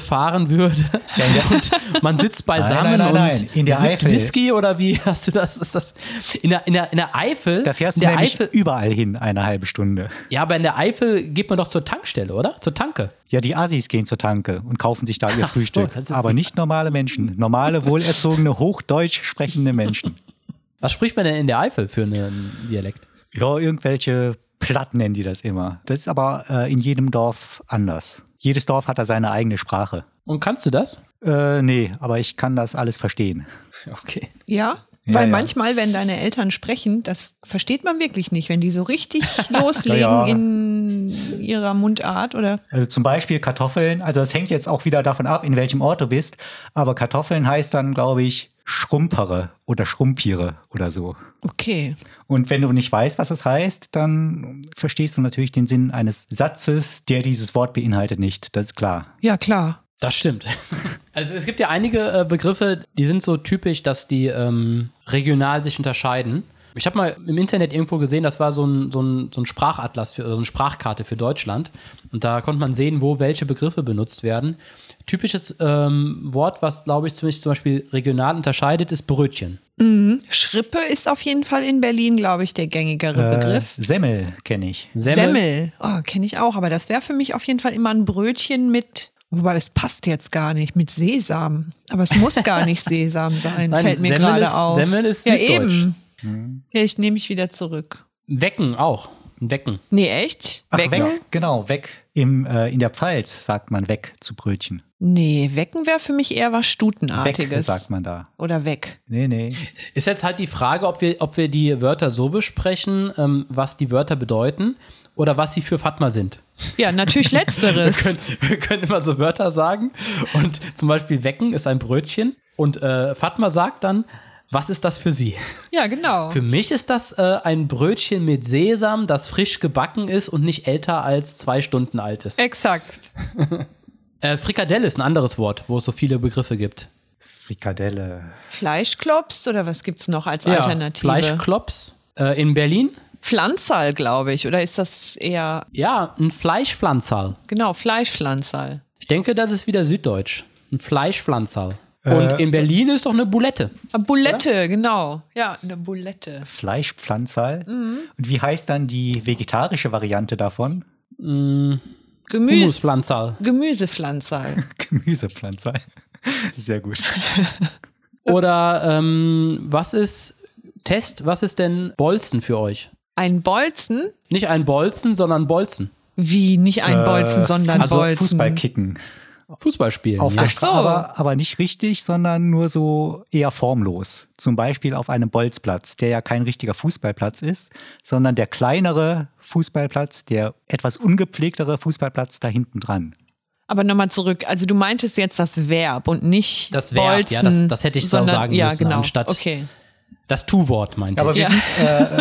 Speaker 2: <laughs>
Speaker 3: fahren würde. Und man sitzt beisammen
Speaker 2: nein, nein,
Speaker 3: und
Speaker 2: in der
Speaker 3: sippt
Speaker 2: Eifel.
Speaker 3: Whisky oder wie <laughs> hast du das? Ist das in der, in der, in der Eifel?
Speaker 2: Da fährst
Speaker 3: in
Speaker 2: du
Speaker 3: der
Speaker 2: nämlich
Speaker 3: Eifel,
Speaker 2: überall hin eine halbe Stunde.
Speaker 3: ja, aber in der Eifel geht man doch zur Tankstelle, oder? Zur Tanke.
Speaker 2: Ja, die Asis gehen zur Tanke und kaufen sich da ihr
Speaker 3: Ach so,
Speaker 2: Frühstück.
Speaker 3: das ist
Speaker 2: Aber
Speaker 3: wieder-
Speaker 2: nicht normale Menschen. Normale,
Speaker 3: <laughs>
Speaker 2: wohlerzogene, hochdeutsch sprechende Menschen.
Speaker 3: Was spricht man denn in der Eifel für einen Dialekt?
Speaker 2: Ja, irgendwelche Platt nennen die das immer. Das ist aber äh, in jedem Dorf anders. Jedes Dorf hat da seine eigene Sprache.
Speaker 3: Und kannst du das?
Speaker 2: Äh, nee, aber ich kann das alles verstehen.
Speaker 3: Okay.
Speaker 1: Ja,
Speaker 2: Ja,
Speaker 1: weil
Speaker 2: ja.
Speaker 1: manchmal, wenn deine Eltern sprechen, das versteht man wirklich nicht, wenn die so
Speaker 3: <laughs>
Speaker 1: richtig loslegen
Speaker 2: Ja.
Speaker 1: in ihrer Mundart oder
Speaker 2: Also zum Beispiel Kartoffeln, also das hängt jetzt auch wieder davon ab, in welchem Ort du bist, aber Kartoffeln heißt dann, glaube ich, schrumpere oder schrumpiere oder so.
Speaker 1: Okay.
Speaker 2: Und wenn du nicht weißt, was es heißt, dann verstehst du natürlich den Sinn eines Satzes, der dieses Wort beinhaltet nicht. Das ist klar.
Speaker 1: Ja, klar.
Speaker 3: Das stimmt. <laughs> Also es gibt ja einige äh, Begriffe, die sind so typisch, dass die ähm, regional sich unterscheiden. Ich habe mal im Internet irgendwo gesehen, das war so ein, so ein, so ein Sprachatlas für, oder so eine Sprachkarte für Deutschland. Und da konnte man sehen, wo welche Begriffe benutzt werden. Typisches ähm, Wort, was, glaube ich, zum Beispiel- zum Beispiel regional unterscheidet, ist Brötchen.
Speaker 1: Mhm. Schrippe ist auf jeden Fall in Berlin, glaube ich, der gängigere Begriff.
Speaker 2: Äh, Semmel kenne ich.
Speaker 1: Semmel. Oh, kenne ich auch, aber das wäre für mich auf jeden Fall immer ein Brötchen mit, wobei es passt jetzt gar nicht, mit Sesam. Aber es muss gar
Speaker 3: <laughs>
Speaker 1: nicht Sesam sein,
Speaker 3: Nein,
Speaker 1: fällt mir
Speaker 3: Semmel
Speaker 1: gerade
Speaker 3: ist-
Speaker 1: auf.
Speaker 3: Semmel ist
Speaker 1: ja,
Speaker 3: süddeutsch. Hm.
Speaker 1: eben. Ja, ich nehme mich wieder zurück.
Speaker 3: Wecken auch. Ein Wecken.
Speaker 1: Nee, echt?
Speaker 2: Ach,
Speaker 1: wecken?
Speaker 2: weg. Genau, weg. Im, äh, in der Pfalz sagt man weg zu Brötchen.
Speaker 1: Nee, wecken wäre für mich eher was
Speaker 2: Weg,
Speaker 1: Stutenartiges.
Speaker 2: sagt man da.
Speaker 1: Oder weg.
Speaker 2: Nee, nee.
Speaker 3: Ist jetzt halt die Frage, ob wir, ob wir die Wörter so besprechen, ähm, was die Wörter bedeuten oder was sie für Fatma sind.
Speaker 1: Ja, natürlich letzteres.
Speaker 3: können, <laughs> wir können immer so Wörter sagen und zum Beispiel wecken ist ein Brötchen und äh, Fatma sagt dann, was ist das für sie?
Speaker 1: ja, genau.
Speaker 3: Für mich ist das äh, ein Brötchen mit Sesam, das frisch gebacken ist und nicht älter als zwei Stunden alt ist.
Speaker 1: Exakt.
Speaker 3: Äh, Frikadelle ist ein anderes Wort, wo es so viele Begriffe gibt.
Speaker 2: Frikadelle.
Speaker 1: Fleischklops oder was gibt's noch als Alternative?
Speaker 3: Äh, Fleischklops äh, in Berlin.
Speaker 1: Pflanzal, glaube ich. Oder ist das eher,
Speaker 3: Ja, ein Fleischpflanzerl.
Speaker 1: genau, Fleischpflanzal.
Speaker 3: Ich denke, das ist wieder süddeutsch. Ein Fleischpflanzerl. Und in Berlin ist doch eine Boulette.
Speaker 1: Ah, Bulette, genau. Ja, eine Bulette.
Speaker 2: Fleischpflanzerl.
Speaker 1: Mhm.
Speaker 2: Und wie heißt dann die vegetarische Variante davon? <laughs>
Speaker 1: Gemü
Speaker 3: Humuspflanzerl.
Speaker 1: Gemüsepflanzal.
Speaker 2: Gemüsepflanzerl. Sehr gut.
Speaker 3: Oder ähm, was ist Test, was ist denn Bolzen für euch?
Speaker 1: Ein Bolzen?
Speaker 3: Nicht ein Bolzen, sondern Bolzen.
Speaker 1: Wie, nicht
Speaker 3: Äh,
Speaker 1: ein Bolzen, sondern
Speaker 2: also
Speaker 1: Bolzen.
Speaker 2: Fußballkicken.
Speaker 3: Fußballspielen.
Speaker 2: Auf
Speaker 3: ja.
Speaker 2: der
Speaker 1: so.
Speaker 2: Stra- aber, aber nicht richtig, sondern nur so eher formlos. Zum Beispiel auf einem Bolzplatz, der ja kein richtiger Fußballplatz ist, sondern der kleinere Fußballplatz, der etwas ungepflegtere Fußballplatz da hinten dran.
Speaker 1: Aber nochmal zurück. Also du meintest jetzt das Verb und nicht
Speaker 3: Das Verb,
Speaker 1: Bolzen,
Speaker 3: ja, das- das hätte ich so
Speaker 1: sondern,
Speaker 3: sagen
Speaker 1: ja,
Speaker 3: müssen,
Speaker 1: genau.
Speaker 3: anstatt-
Speaker 1: Okay.
Speaker 3: Das Tu-Wort meinte
Speaker 2: Aber
Speaker 3: ich.
Speaker 2: wir,
Speaker 1: Ja.
Speaker 2: sind,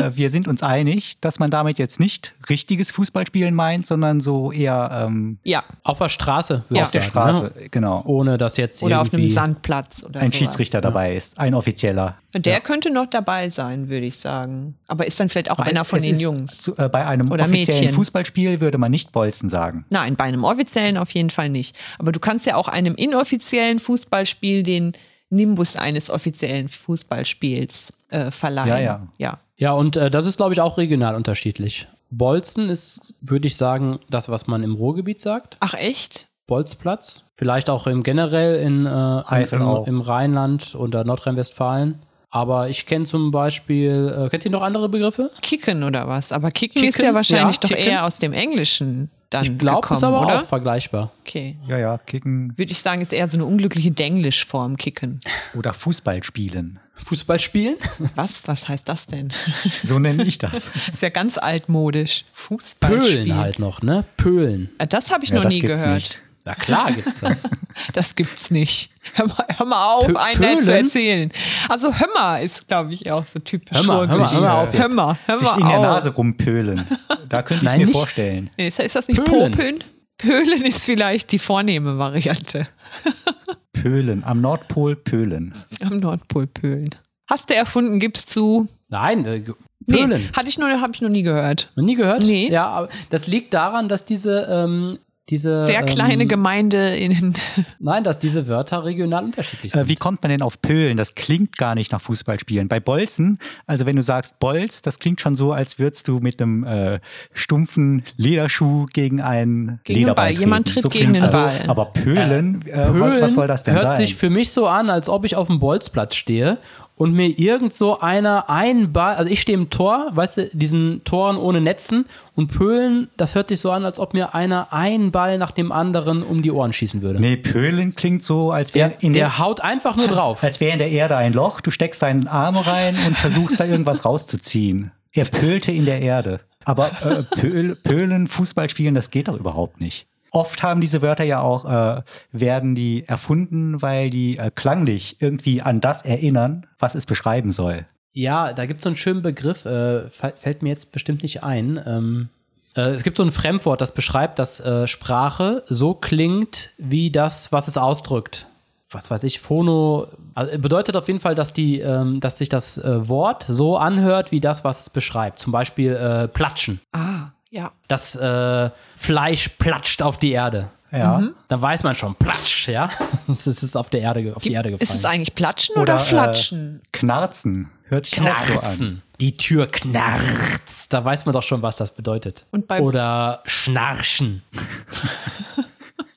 Speaker 2: äh, äh, wir sind uns einig, dass man damit jetzt nicht richtiges Fußballspielen meint, sondern so eher ähm,
Speaker 1: Ja.
Speaker 3: Auf der Straße, würde
Speaker 1: Ja.
Speaker 3: ich
Speaker 1: Auf
Speaker 2: der
Speaker 3: sagen,
Speaker 2: Straße,
Speaker 3: Ne?
Speaker 2: genau.
Speaker 3: Ohne dass jetzt
Speaker 1: Oder auf einem
Speaker 3: irgendwie
Speaker 1: Sandplatz oder
Speaker 2: Ein
Speaker 1: sowas.
Speaker 2: Schiedsrichter dabei ist, ein offizieller.
Speaker 1: Und der könnte noch dabei sein, würde ich sagen. Aber ist dann vielleicht auch einer von
Speaker 2: Es
Speaker 1: den
Speaker 2: ist
Speaker 1: Jungs.
Speaker 2: Zu, äh, bei einem
Speaker 1: Oder
Speaker 2: offiziellen
Speaker 1: Mädchen.
Speaker 2: Fußballspiel würde man nicht Bolzen sagen.
Speaker 1: Nein, bei einem offiziellen auf jeden Fall nicht. Aber du kannst ja auch einem inoffiziellen Fußballspiel den Nimbus eines offiziellen Fußballspiels äh, verleihen.
Speaker 2: Ja, ja.
Speaker 1: ja.
Speaker 3: Ja, und äh, das ist, glaube ich, auch regional unterschiedlich. Bolzen ist, würde ich sagen, das, was man im Ruhrgebiet sagt.
Speaker 1: Ach echt?
Speaker 3: Bolzplatz. Vielleicht auch im generell in, äh,
Speaker 2: Eifel
Speaker 3: im, im,
Speaker 2: auch.
Speaker 3: im Rheinland oder Nordrhein-Westfalen. Aber ich kenne zum Beispiel, äh, kennt ihr noch andere Begriffe?
Speaker 1: Kicken oder was? Aber Kicken ist
Speaker 3: Kicken,
Speaker 1: ja wahrscheinlich
Speaker 3: ja,
Speaker 1: doch
Speaker 3: Kicken.
Speaker 1: eher aus dem Englischen dann
Speaker 3: Ich glaube,
Speaker 1: gekommen,
Speaker 3: ist aber
Speaker 1: oder?
Speaker 3: auch vergleichbar.
Speaker 1: Okay.
Speaker 2: Ja, ja, kicken
Speaker 1: Würde ich sagen, ist eher so eine unglückliche Denglischform, Kicken.
Speaker 2: oder <laughs> Fußballspielen.
Speaker 3: Fußball spielen?
Speaker 1: Was? Was heißt das denn? <laughs>
Speaker 2: So nenne ich das.
Speaker 1: ist ja ganz altmodisch. Fußballspiel.
Speaker 3: Pölen halt noch, ne? Pölen.
Speaker 1: Ah, Das habe ich
Speaker 2: Ja,
Speaker 1: noch
Speaker 2: das
Speaker 1: nie
Speaker 2: gibt's
Speaker 1: gehört.
Speaker 2: nicht.
Speaker 3: Ja, klar gibt's das.
Speaker 1: <laughs> Das gibt's nicht. Hör mal, hör mal auf,
Speaker 3: Pö-
Speaker 1: einen
Speaker 3: Pölen?
Speaker 1: zu erzählen. Also Hömmer ist, glaube ich, auch so typisch.
Speaker 3: Hör mal, hör mal, hör mal auf jetzt.
Speaker 1: Hör mal, hör
Speaker 2: Sich
Speaker 1: mal
Speaker 2: in der
Speaker 1: auf.
Speaker 2: Nase rumpölen. Da könnte ich
Speaker 3: Nein,
Speaker 2: mir
Speaker 3: nicht.
Speaker 2: vorstellen.
Speaker 1: Nee, ist, ist das nicht
Speaker 3: Pölen.
Speaker 1: Popeln? Pölen ist vielleicht die vornehme Variante. <laughs>
Speaker 2: Pölen, am Nordpol pölen.
Speaker 1: Am Nordpol Pölen. Hast du erfunden, gibst zu.
Speaker 3: <laughs> Nein, äh, ge-
Speaker 1: Nee,
Speaker 3: Pölen.
Speaker 1: hatte ich nur, habe ich noch nie gehört.
Speaker 3: Noch nie gehört?
Speaker 1: Nee.
Speaker 3: Ja, aber das liegt daran, dass diese, ähm, diese
Speaker 1: Sehr kleine
Speaker 3: ähm,
Speaker 1: Gemeinde in <laughs>
Speaker 3: Nein, dass diese Wörter regional unterschiedlich
Speaker 2: Äh,
Speaker 3: sind.
Speaker 2: wie kommt man denn auf Pölen? Das klingt gar nicht nach Fußballspielen. Bei Bolzen, also wenn du sagst Bolz, das klingt schon so, als würdest du mit einem äh, stumpfen Lederschuh gegen einen
Speaker 1: Gegen den
Speaker 2: Lederball
Speaker 1: Ball. Jemand
Speaker 2: treten.
Speaker 1: tritt gegen den
Speaker 2: klingt das.
Speaker 1: Ball.
Speaker 2: Aber Pölen, äh, wa-
Speaker 3: Pölen
Speaker 2: was soll das denn
Speaker 3: hört
Speaker 2: sein?
Speaker 3: sich für mich so an, als ob ich auf dem Bolzplatz stehe und mir irgend so einer einen Ball, also ich stehe im Tor, weißt du, diesen Toren ohne Netzen und Pölen, das hört sich so an, als ob mir einer einen Ball nach dem anderen um die Ohren schießen würde.
Speaker 2: nee, Pölen klingt so, als wäre
Speaker 3: Der,
Speaker 2: in der,
Speaker 3: der haut einfach nur drauf.
Speaker 2: als wär in der Erde ein Loch, du steckst deinen Arm rein und versuchst da irgendwas rauszuziehen. Er pölte in der Erde. Aber äh, Pöl, Pölen, Fußball spielen, das geht doch überhaupt nicht. Oft haben diese Wörter ja auch, äh, werden die erfunden, weil die äh, klanglich irgendwie an das erinnern, was es beschreiben soll.
Speaker 3: Ja, da gibt es so einen schönen Begriff, äh, fa- fällt mir jetzt bestimmt nicht ein. Ähm, äh, es gibt so ein Fremdwort, das beschreibt, dass äh, Sprache so klingt wie das, was es ausdrückt. Was weiß ich, Phono also, bedeutet auf jeden Fall, dass die, ähm, dass sich das äh, Wort so anhört wie das, was es beschreibt. Zum Beispiel äh, platschen.
Speaker 1: Ah, ja.
Speaker 3: Das äh, Fleisch platscht auf die Erde. Mhm.
Speaker 2: Ja.
Speaker 3: Dann weiß man schon, platsch, ja. <laughs> Es ist auf der Erde, ge- auf die Erde gefallen.
Speaker 1: Ist es eigentlich Platschen oder,
Speaker 2: Oder, äh,
Speaker 1: Flatschen?
Speaker 2: Knarzen hört sich auch so an.
Speaker 3: Knarzen. Die Tür knarzt. Da weiß man doch schon, was das bedeutet.
Speaker 1: Und beim-
Speaker 3: Oder schnarchen. <laughs>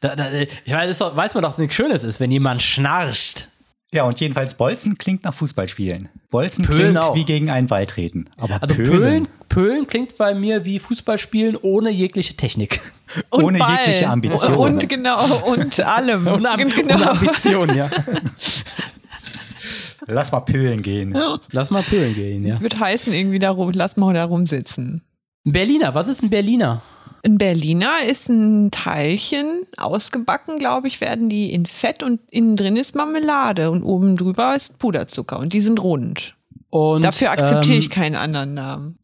Speaker 3: da, da, ich weiß, ist doch, weiß man doch, dass nichts Schönes ist, wenn jemand schnarcht.
Speaker 2: Ja, und jedenfalls Bolzen klingt nach Fußballspielen. Bolzen
Speaker 3: Pölen
Speaker 2: klingt
Speaker 3: auch.
Speaker 2: wie gegen einen Ball treten. Aber
Speaker 3: Also
Speaker 2: Pölen,
Speaker 3: Pölen, Pölen klingt bei mir wie Fußballspielen ohne jegliche
Speaker 1: <laughs>
Speaker 3: Technik.
Speaker 1: Und
Speaker 2: ohne
Speaker 1: Ball.
Speaker 2: jegliche Ambition.
Speaker 1: Und genau, und
Speaker 3: <laughs>
Speaker 1: allem.
Speaker 3: Ohne, Am
Speaker 1: genau.
Speaker 3: ohne Ambition, ja.
Speaker 2: Lass mal Pölen gehen.
Speaker 3: Lass mal Pölen gehen, ja.
Speaker 1: Wird heißen, irgendwie darum, lass mal da rumsitzen.
Speaker 3: Ein Berliner, was ist ein Berliner?
Speaker 1: Ein Berliner ist ein Teilchen, ausgebacken, glaube ich, werden die in Fett und innen drin ist Marmelade und oben drüber ist Puderzucker und die sind rund.
Speaker 3: Und,
Speaker 1: Dafür akzeptiere ich
Speaker 3: ähm,
Speaker 1: keinen anderen Namen.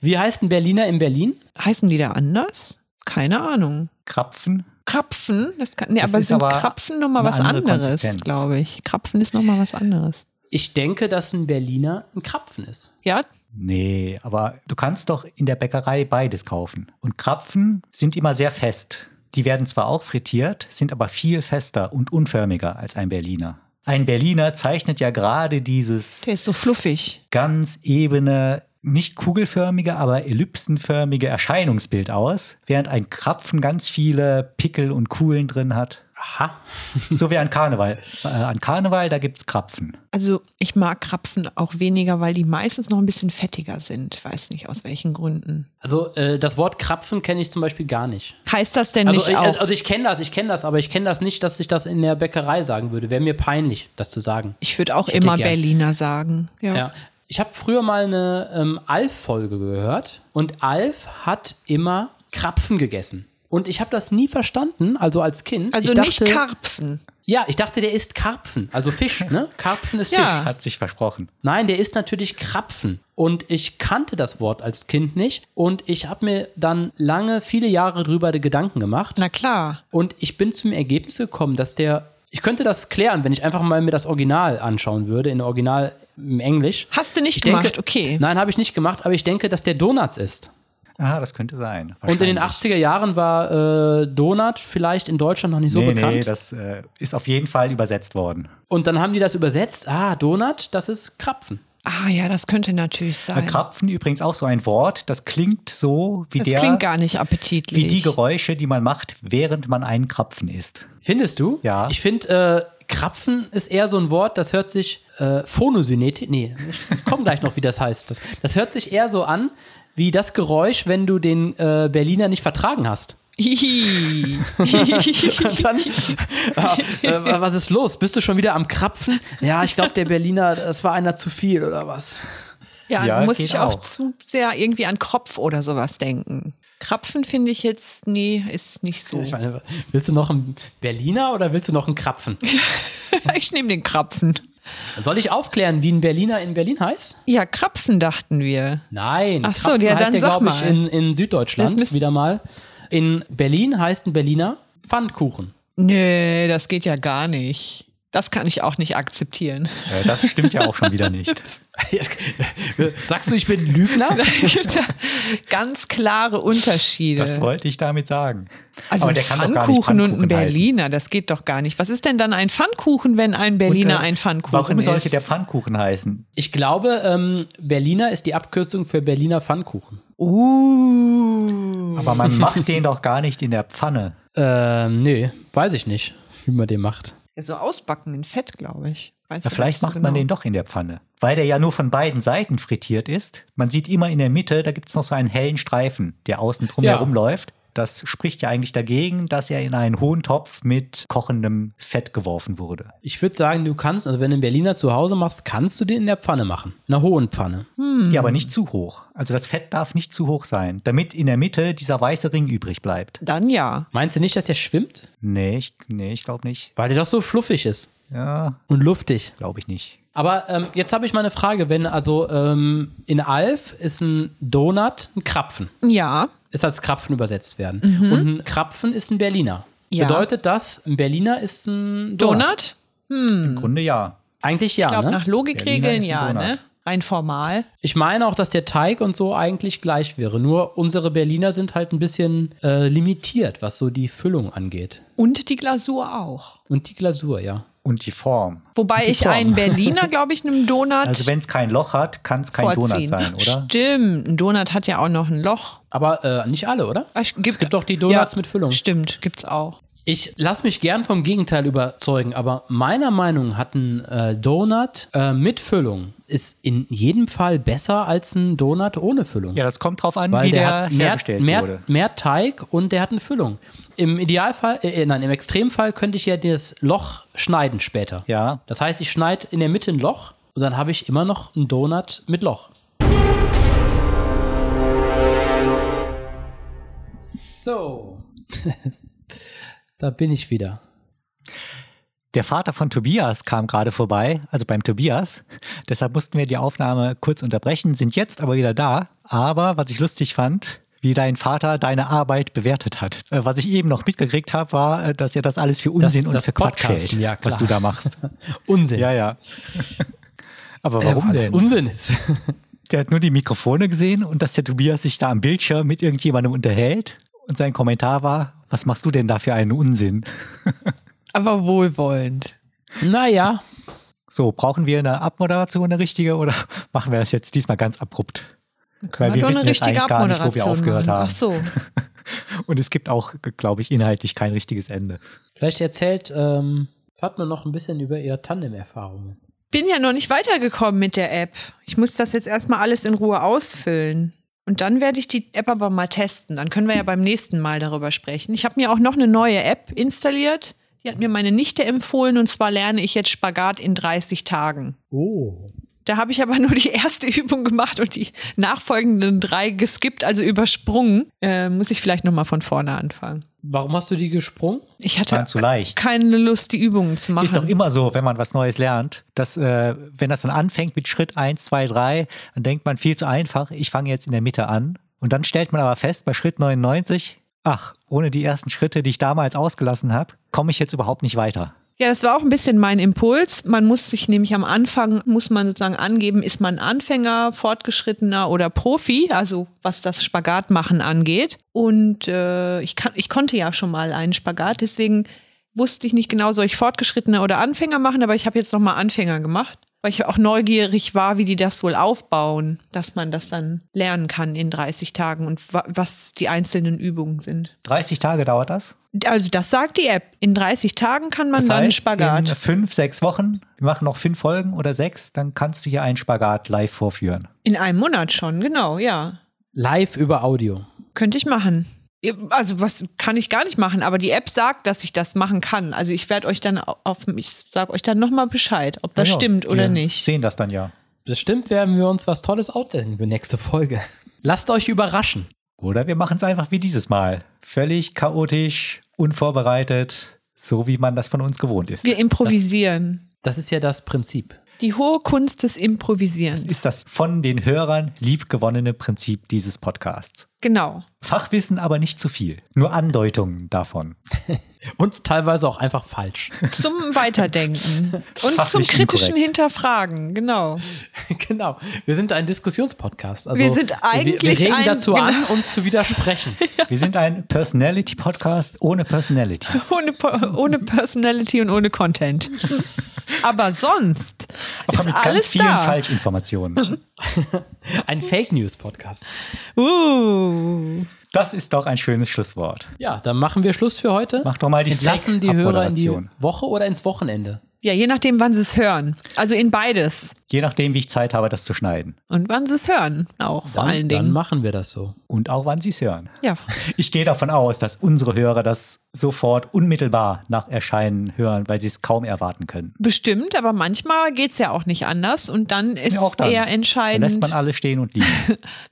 Speaker 3: Wie heißt ein Berliner in Berlin?
Speaker 1: Heißen die da anders? Keine Ahnung.
Speaker 2: Krapfen.
Speaker 1: Krapfen, das kann, nee,
Speaker 2: Das
Speaker 1: aber
Speaker 2: ist
Speaker 1: sind
Speaker 2: aber
Speaker 1: Krapfen nochmal
Speaker 2: eine
Speaker 1: was
Speaker 2: andere
Speaker 1: anderes,
Speaker 2: Konsistenz.
Speaker 1: glaube ich. Krapfen ist nochmal was anderes.
Speaker 3: Ich denke, dass ein Berliner ein Krapfen ist.
Speaker 1: Ja,
Speaker 2: Nee, aber du kannst doch in der Bäckerei beides kaufen. Und Krapfen sind immer sehr fest. Die werden zwar auch frittiert, sind aber viel fester und unförmiger als ein Berliner. Ein Berliner zeichnet ja gerade dieses
Speaker 1: der ist so fluffig.
Speaker 2: ganz ebene, nicht kugelförmige, aber ellipsenförmige Erscheinungsbild aus, während ein Krapfen ganz viele Pickel und Kugeln drin hat.
Speaker 3: Aha.
Speaker 2: So wie an Karneval. Äh, an Karneval, da gibt's Krapfen.
Speaker 1: Also ich mag Krapfen auch weniger, weil die meistens noch ein bisschen fettiger sind. Ich weiß nicht aus welchen Gründen.
Speaker 3: Also äh, das Wort Krapfen kenne ich zum Beispiel gar nicht.
Speaker 1: Heißt das denn
Speaker 3: Also,
Speaker 1: nicht
Speaker 3: ich,
Speaker 1: auch?
Speaker 3: also ich kenne das, ich kenne das, aber ich kenne das nicht, dass ich das in der Bäckerei sagen würde. Wäre mir peinlich, das zu sagen.
Speaker 1: ich würde auch
Speaker 3: hätte
Speaker 1: immer
Speaker 3: gern-
Speaker 1: Berliner sagen. Ja.
Speaker 3: Ja. Ich habe früher mal eine ähm, Alf-Folge gehört und Alf hat immer Krapfen gegessen. Und ich habe das nie verstanden, also als Kind.
Speaker 1: Also
Speaker 3: ich
Speaker 1: nicht
Speaker 3: dachte,
Speaker 1: Karpfen.
Speaker 3: Ja, ich dachte, der isst Karpfen, also Fisch,
Speaker 1: <laughs>
Speaker 3: ne? Karpfen ist
Speaker 1: Ja.
Speaker 3: Fisch.
Speaker 2: Hat sich versprochen.
Speaker 3: Nein, der ist natürlich Krapfen. Und ich kannte das Wort als Kind nicht. Und ich habe mir dann lange, viele Jahre drüber die Gedanken gemacht.
Speaker 1: Na klar.
Speaker 3: Und ich bin zum Ergebnis gekommen, dass der. Ich könnte das klären, wenn ich einfach mal mir das Original anschauen würde, in Original im Englisch.
Speaker 1: Hast du nicht
Speaker 3: ich
Speaker 1: gemacht,
Speaker 3: denke,
Speaker 1: okay.
Speaker 3: Nein, habe ich nicht gemacht, aber ich denke, dass der Donuts ist.
Speaker 2: Ah, das könnte sein.
Speaker 3: Und in den
Speaker 2: Wahrscheinlich.
Speaker 3: 80er Jahren war äh, Donut vielleicht in Deutschland noch nicht so
Speaker 2: nee,
Speaker 3: bekannt.
Speaker 2: nee, das äh, ist auf jeden Fall übersetzt worden.
Speaker 3: Und dann haben die das übersetzt. Ah, Donut, das ist Krapfen.
Speaker 1: Ah ja, das könnte natürlich sein.
Speaker 2: Krapfen übrigens auch so ein Wort, das klingt so wie
Speaker 1: das
Speaker 2: der
Speaker 1: klingt gar nicht
Speaker 2: wie
Speaker 1: appetitlich.
Speaker 2: die Geräusche, die man macht, während man einen Krapfen isst.
Speaker 3: Findest du?
Speaker 2: Ja.
Speaker 3: Ich finde, äh, Krapfen ist eher so ein Wort, das hört sich äh, Phonosynetisch. Nee, ich komme gleich noch, wie das heißt. Das, das hört sich eher so an wie das Geräusch, wenn du den äh, Berliner nicht vertragen hast.
Speaker 1: <laughs>
Speaker 2: <laughs>
Speaker 1: Hihi.
Speaker 3: Und dann, ja, <laughs> äh, was ist los? Bist du schon wieder am Krapfen? Ja, ich glaube, der Berliner, das war einer zu viel oder was?
Speaker 1: ja,
Speaker 2: Ja,
Speaker 1: muss
Speaker 2: geht
Speaker 1: ich auch,
Speaker 2: auch.
Speaker 1: zu sehr irgendwie an Kropf oder sowas denken. Krapfen finde ich jetzt, nee, ist nicht so. <laughs>
Speaker 3: Ich meine, willst du noch einen Berliner oder willst du noch einen Krapfen?
Speaker 1: ich nehme den Krapfen.
Speaker 3: Soll ich aufklären, wie ein Berliner in Berlin heißt?
Speaker 1: Ja, Krapfen dachten wir.
Speaker 3: Nein,
Speaker 1: Ach so,
Speaker 3: Krapfen
Speaker 1: ja, dann
Speaker 3: heißt der,
Speaker 1: sag
Speaker 3: glaube ich,
Speaker 1: mal.
Speaker 3: in, in
Speaker 1: Das
Speaker 3: Süddeutschland
Speaker 1: müsst-
Speaker 3: wieder mal. In Berlin heißt ein Berliner Pfannkuchen.
Speaker 1: Nee, das geht ja gar nicht. Das kann ich auch nicht akzeptieren.
Speaker 2: Äh, das stimmt ja auch schon
Speaker 1: <laughs>
Speaker 2: wieder nicht.
Speaker 1: äh,
Speaker 3: Sagst du, ich bin Lügner?
Speaker 1: Es gibt ja ganz klare Unterschiede.
Speaker 2: Das wollte ich damit sagen.
Speaker 1: also ein Pfannkuchen und ein Berliner, das geht doch gar nicht. Was ist denn dann ein Pfannkuchen, wenn ein Berliner ein Pfannkuchen
Speaker 2: äh, Warum
Speaker 1: ist?
Speaker 2: sollte der Pfannkuchen heißen?
Speaker 3: Ich glaube, ähm, Berliner ist die Abkürzung für Berliner Pfannkuchen.
Speaker 1: uh. <laughs>
Speaker 2: Aber man macht den doch gar nicht in der Pfanne.
Speaker 3: Ähm, nee, weiß ich nicht, wie man den macht.
Speaker 1: Ja, so ausbacken in Fett, glaube ich. Weißt
Speaker 2: Ja,
Speaker 1: du
Speaker 2: vielleicht
Speaker 1: nicht so
Speaker 2: macht man
Speaker 1: genau.
Speaker 2: den doch in der Pfanne. Weil der ja nur von beiden Seiten frittiert ist. Man sieht immer in der Mitte, da gibt es noch so einen hellen Streifen, der außen drum
Speaker 3: Ja.
Speaker 2: herumläuft. Das spricht ja eigentlich dagegen, dass er in einen hohen Topf mit kochendem Fett geworfen wurde.
Speaker 3: Ich würde sagen, du kannst, also wenn du einen Berliner zu Hause machst, kannst du den in der Pfanne machen. In einer hohen Pfanne.
Speaker 1: Hm.
Speaker 2: Ja, aber nicht zu hoch. Also das Fett darf nicht zu hoch sein, damit in der Mitte dieser weiße Ring übrig bleibt.
Speaker 1: Dann ja.
Speaker 3: Meinst du nicht, dass der schwimmt?
Speaker 2: Nee, ich, nee, ich glaube nicht.
Speaker 3: Weil der doch so fluffig ist
Speaker 2: Ja,
Speaker 3: und luftig.
Speaker 2: glaube ich nicht.
Speaker 3: Aber ähm, jetzt habe ich mal eine Frage. Wenn also ähm, in Alf ist ein Donut ein Krapfen.
Speaker 1: Ja.
Speaker 3: Ist als Krapfen übersetzt werden. Und ein Krapfen ist ein Berliner.
Speaker 1: Mhm. Ja.
Speaker 3: Bedeutet das, ein Berliner ist ein Donut?
Speaker 1: Donut?
Speaker 2: Im Grunde ja.
Speaker 3: Eigentlich ja.
Speaker 1: ich glaube,
Speaker 3: ne?
Speaker 1: nach Logikregeln
Speaker 2: Berliner ist
Speaker 1: ja,
Speaker 2: ein
Speaker 1: ne? Rein formal.
Speaker 3: Ich meine auch, dass der Teig und so eigentlich gleich wäre. Nur unsere Berliner sind halt ein bisschen äh, limitiert, was so die Füllung angeht.
Speaker 1: Und die Glasur auch.
Speaker 3: Und die Glasur, ja.
Speaker 2: Und die Form.
Speaker 1: Wobei ich
Speaker 3: Form.
Speaker 1: einen Berliner, glaube ich,
Speaker 2: <laughs>
Speaker 1: einem Donut
Speaker 2: Also wenn es kein Loch hat, kann es kein
Speaker 1: vorziehen.
Speaker 2: Donut sein, oder?
Speaker 1: Stimmt, ein Donut hat ja auch noch ein Loch.
Speaker 3: Aber äh, nicht alle, oder?
Speaker 1: Ah, ich-
Speaker 3: Es gibt doch die Donuts mit Füllung.
Speaker 1: Stimmt, gibt's auch.
Speaker 3: Ich lasse mich gern vom Gegenteil überzeugen, aber meiner Meinung nach hat ein äh, Donut äh, mit Füllung ist in jedem Fall besser als ein Donut ohne Füllung.
Speaker 2: Ja, das kommt drauf an,
Speaker 3: Weil
Speaker 2: wie der,
Speaker 3: der, hat mehr,
Speaker 2: hergestellt
Speaker 3: mehr,
Speaker 2: wurde.
Speaker 3: mehr Teig und der hat eine Füllung. Im Idealfall, äh, nein, im Extremfall könnte ich ja das Loch schneiden später.
Speaker 2: Ja.
Speaker 3: Das heißt, ich schneide in der Mitte ein Loch und dann habe ich immer noch einen Donut mit Loch. So. <laughs> da bin ich wieder.
Speaker 2: Der Vater von Tobias kam gerade vorbei, also beim Tobias. Deshalb mussten wir die Aufnahme kurz unterbrechen, sind jetzt aber wieder da. Aber was ich lustig fand, wie dein Vater deine Arbeit bewertet hat. Äh, Was ich eben noch mitgekriegt habe, war, äh, dass er das alles für Unsinn und
Speaker 3: das
Speaker 2: für Quatsch
Speaker 3: Podcasten,
Speaker 2: hält,
Speaker 3: ja, klar.
Speaker 2: was du da
Speaker 3: <laughs>
Speaker 2: machst.
Speaker 3: Unsinn.
Speaker 2: ja, ja. Aber warum
Speaker 3: weil es
Speaker 2: denn?
Speaker 3: Unsinn ist.
Speaker 2: Der hat nur die Mikrofone gesehen und dass der Tobias sich da am Bildschirm mit irgendjemandem unterhält. Und sein Kommentar war, was machst du denn da für einen Unsinn?
Speaker 1: Aber wohlwollend.
Speaker 3: <laughs> naja,
Speaker 2: So, brauchen wir eine Abmoderation, eine richtige, oder <laughs> machen wir das jetzt diesmal ganz abrupt? Weil
Speaker 1: Hat
Speaker 2: wir
Speaker 1: doch
Speaker 2: wissen jetzt eigentlich gar nicht, wo wir aufgehört
Speaker 1: machen.
Speaker 2: haben.
Speaker 1: Ach so.
Speaker 2: Und es gibt auch, glaube ich, inhaltlich kein richtiges Ende.
Speaker 3: vielleicht erzählt ähm, Fatma noch ein bisschen über ihre Tandem-Erfahrungen.
Speaker 1: Bin ja noch nicht weitergekommen mit der App. Ich muss das jetzt erstmal alles in Ruhe ausfüllen. Und dann werde ich die App aber mal testen. Dann können wir ja beim nächsten Mal darüber sprechen. Ich habe mir auch noch eine neue App installiert. Die hat mir meine Nichte empfohlen. Und zwar lerne ich jetzt Spagat in 30 Tagen.
Speaker 3: Oh.
Speaker 1: Da habe ich aber nur die erste <laughs> Übung gemacht und die nachfolgenden drei geskippt, also übersprungen. Äh, muss ich vielleicht nochmal von vorne anfangen.
Speaker 3: Warum hast du die gesprungen?
Speaker 1: Ich
Speaker 2: War
Speaker 1: hatte
Speaker 2: zu leicht.
Speaker 1: keine Lust, die Übungen zu machen.
Speaker 2: Ist doch immer so, wenn man was Neues lernt, dass äh, wenn das dann anfängt mit Schritt 1, 2, 3, dann denkt man viel zu einfach, ich fange jetzt in der Mitte an. Und dann stellt man aber fest, bei Schritt 99, ach, ohne die ersten Schritte, die ich damals ausgelassen habe, komme ich jetzt überhaupt nicht weiter.
Speaker 1: Ja, das war auch ein bisschen mein Impuls. Man muss sich nämlich am Anfang, muss man sozusagen angeben, ist man Anfänger, Fortgeschrittener oder Profi, also was das Spagatmachen angeht. Und äh, ich, kann, ich konnte ja schon mal einen Spagat, deswegen wusste ich nicht genau, soll ich Fortgeschrittener oder Anfänger machen, aber ich habe jetzt nochmal Anfänger gemacht, weil ich auch neugierig war, wie die das wohl aufbauen, dass man das dann lernen kann in 30 Tagen und wa was die einzelnen Übungen sind.
Speaker 2: 30 Tage dauert das.
Speaker 1: Also das sagt die App. In 30 Tagen kann man
Speaker 2: Das
Speaker 1: dann
Speaker 2: heißt,
Speaker 1: Spagat.
Speaker 2: in fünf, sechs Wochen, wir machen noch fünf Folgen oder sechs, dann kannst du hier einen Spagat live vorführen.
Speaker 1: In einem Monat schon, genau, ja.
Speaker 3: Live über Audio.
Speaker 1: Könnte ich machen. Ja, Also was kann ich gar nicht machen, aber die App sagt, dass ich das machen kann. Also ich werde euch dann au- auf, ich sag euch dann nochmal Bescheid, ob das
Speaker 2: Genau. Ja, ja,
Speaker 1: stimmt oder
Speaker 2: wir
Speaker 1: nicht.
Speaker 2: sehen das dann ja.
Speaker 3: Bestimmt werden wir uns was Tolles ausdenken für nächste Folge. Lasst euch überraschen.
Speaker 2: Oder wir machen es einfach wie dieses Mal. Völlig chaotisch, unvorbereitet, so wie man das von uns gewohnt ist.
Speaker 1: Wir improvisieren.
Speaker 3: Das ist ja das Prinzip.
Speaker 1: Die hohe Kunst des Improvisierens.
Speaker 2: ist das von den Hörern liebgewonnene Prinzip dieses Podcasts. <laughs>
Speaker 1: Genau.
Speaker 2: Fachwissen aber nicht zu viel, nur Andeutungen davon.
Speaker 3: Und teilweise auch
Speaker 1: <laughs>
Speaker 3: einfach falsch.
Speaker 1: Zum Weiterdenken und zum
Speaker 2: Fachlich
Speaker 1: kritischen
Speaker 2: inkorrekt.
Speaker 1: Hinterfragen, genau.
Speaker 3: genau. Wir sind ein Diskussionspodcast. Also
Speaker 1: Wir sind
Speaker 3: wir, wir
Speaker 1: eigentlich
Speaker 3: regen
Speaker 1: ein-
Speaker 3: dazu
Speaker 1: genau.
Speaker 3: an, uns
Speaker 1: <laughs>
Speaker 3: zu widersprechen.
Speaker 2: Wir sind ein Personality-Podcast
Speaker 1: <laughs>
Speaker 2: ohne Personality.
Speaker 1: Ohne, Po- ohne Personality und ohne
Speaker 2: <laughs>
Speaker 1: Content. Aber sonst
Speaker 2: Aber
Speaker 1: ist
Speaker 2: mit
Speaker 1: alles
Speaker 2: ganz vielen
Speaker 1: da.
Speaker 2: Falschinformationen.
Speaker 1: <laughs>
Speaker 3: Ein Fake News Podcast.
Speaker 1: Uh.
Speaker 2: Das ist doch ein schönes Schlusswort.
Speaker 3: Ja, dann machen wir Schluss für heute.
Speaker 2: Mach doch mal die
Speaker 3: Entlassen die Hörer in die
Speaker 2: Fake-Abmoderation.
Speaker 3: Woche oder ins Wochenende.
Speaker 1: Ja, je nachdem, wann sie es hören. Also in beides.
Speaker 2: Je nachdem, wie ich Zeit habe, das zu schneiden.
Speaker 1: Und wann sie es hören, auch vor
Speaker 3: dann,
Speaker 1: allen
Speaker 3: Dann
Speaker 1: Dingen.
Speaker 3: machen wir das so.
Speaker 2: Und auch wann sie es hören.
Speaker 1: Ja,
Speaker 2: Ich gehe davon aus, dass unsere Hörer das sofort unmittelbar nach Erscheinen hören, weil sie es kaum erwarten können.
Speaker 1: bestimmt, aber manchmal geht es ja auch nicht anders. Und dann ist
Speaker 2: Ja, auch dann.
Speaker 1: eher
Speaker 2: Dann lässt man
Speaker 1: entscheidend,
Speaker 2: alles stehen und liegen.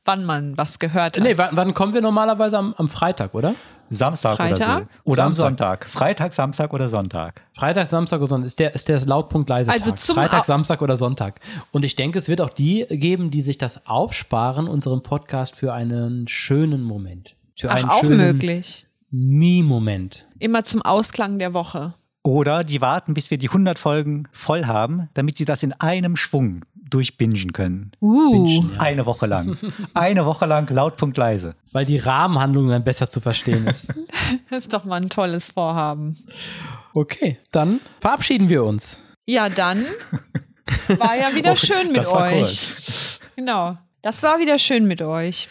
Speaker 1: wann man was gehört hat.
Speaker 3: Nee, wann, wann kommen wir normalerweise am, am Freitag, oder?
Speaker 2: Samstag oder
Speaker 1: Freitag?
Speaker 2: so. Oder am
Speaker 3: Samstag.
Speaker 2: Sonntag. Freitag, Samstag oder Sonntag.
Speaker 3: Freitag, Samstag oder Sonntag ist der, ist der Lautpunkt leise.
Speaker 1: Also
Speaker 3: Tag.
Speaker 1: zum
Speaker 3: Freitag,
Speaker 1: Au-
Speaker 3: Samstag oder Sonntag. Und ich denke, es wird auch die geben, die sich das aufsparen, unseren Podcast für einen schönen Moment. Für einen
Speaker 1: Ach, auch
Speaker 3: schönen
Speaker 1: möglich.
Speaker 3: Mi-Moment.
Speaker 1: Immer zum Ausklang der Woche. <laughs>
Speaker 2: Oder die warten, bis wir die 100 Folgen voll haben, damit sie das in einem Schwung durchbingen können.
Speaker 1: Uh,
Speaker 2: Eine Woche lang. Eine Woche lang lautpunkt leise.
Speaker 3: Weil die Rahmenhandlung dann besser zu verstehen ist.
Speaker 1: das ist doch mal ein tolles Vorhaben.
Speaker 3: <laughs> Okay, dann verabschieden wir uns.
Speaker 1: Ja,
Speaker 2: <laughs>
Speaker 1: dann war ja wieder
Speaker 2: Oh,
Speaker 1: schön mit
Speaker 2: das war
Speaker 1: euch.
Speaker 2: kurz.
Speaker 1: Genau. Das war wieder schön mit euch.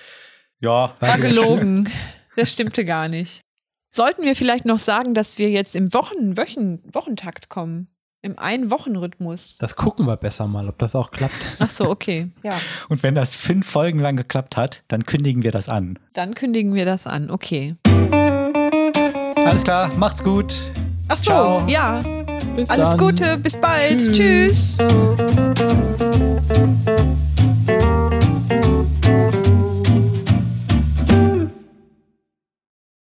Speaker 2: Ja,
Speaker 1: War gelogen. Das stimmte gar nicht. Sollten wir vielleicht noch sagen, dass wir jetzt im Wochen, Wochen, Wochentakt kommen? Im Ein-Wochen-Rhythmus?
Speaker 3: Das gucken wir besser mal, ob das auch klappt.
Speaker 1: Ach so, okay. Ja.
Speaker 2: Und wenn das fünf Folgen lang geklappt hat, dann kündigen wir das an.
Speaker 1: Dann kündigen wir das an. Okay.
Speaker 2: Alles klar, macht's gut.
Speaker 1: Ach so,
Speaker 2: Ciao.
Speaker 1: ja.
Speaker 3: Bis
Speaker 1: Alles
Speaker 3: dann.
Speaker 1: Gute. Bis bald.
Speaker 3: Tschüss.
Speaker 1: Tschüss.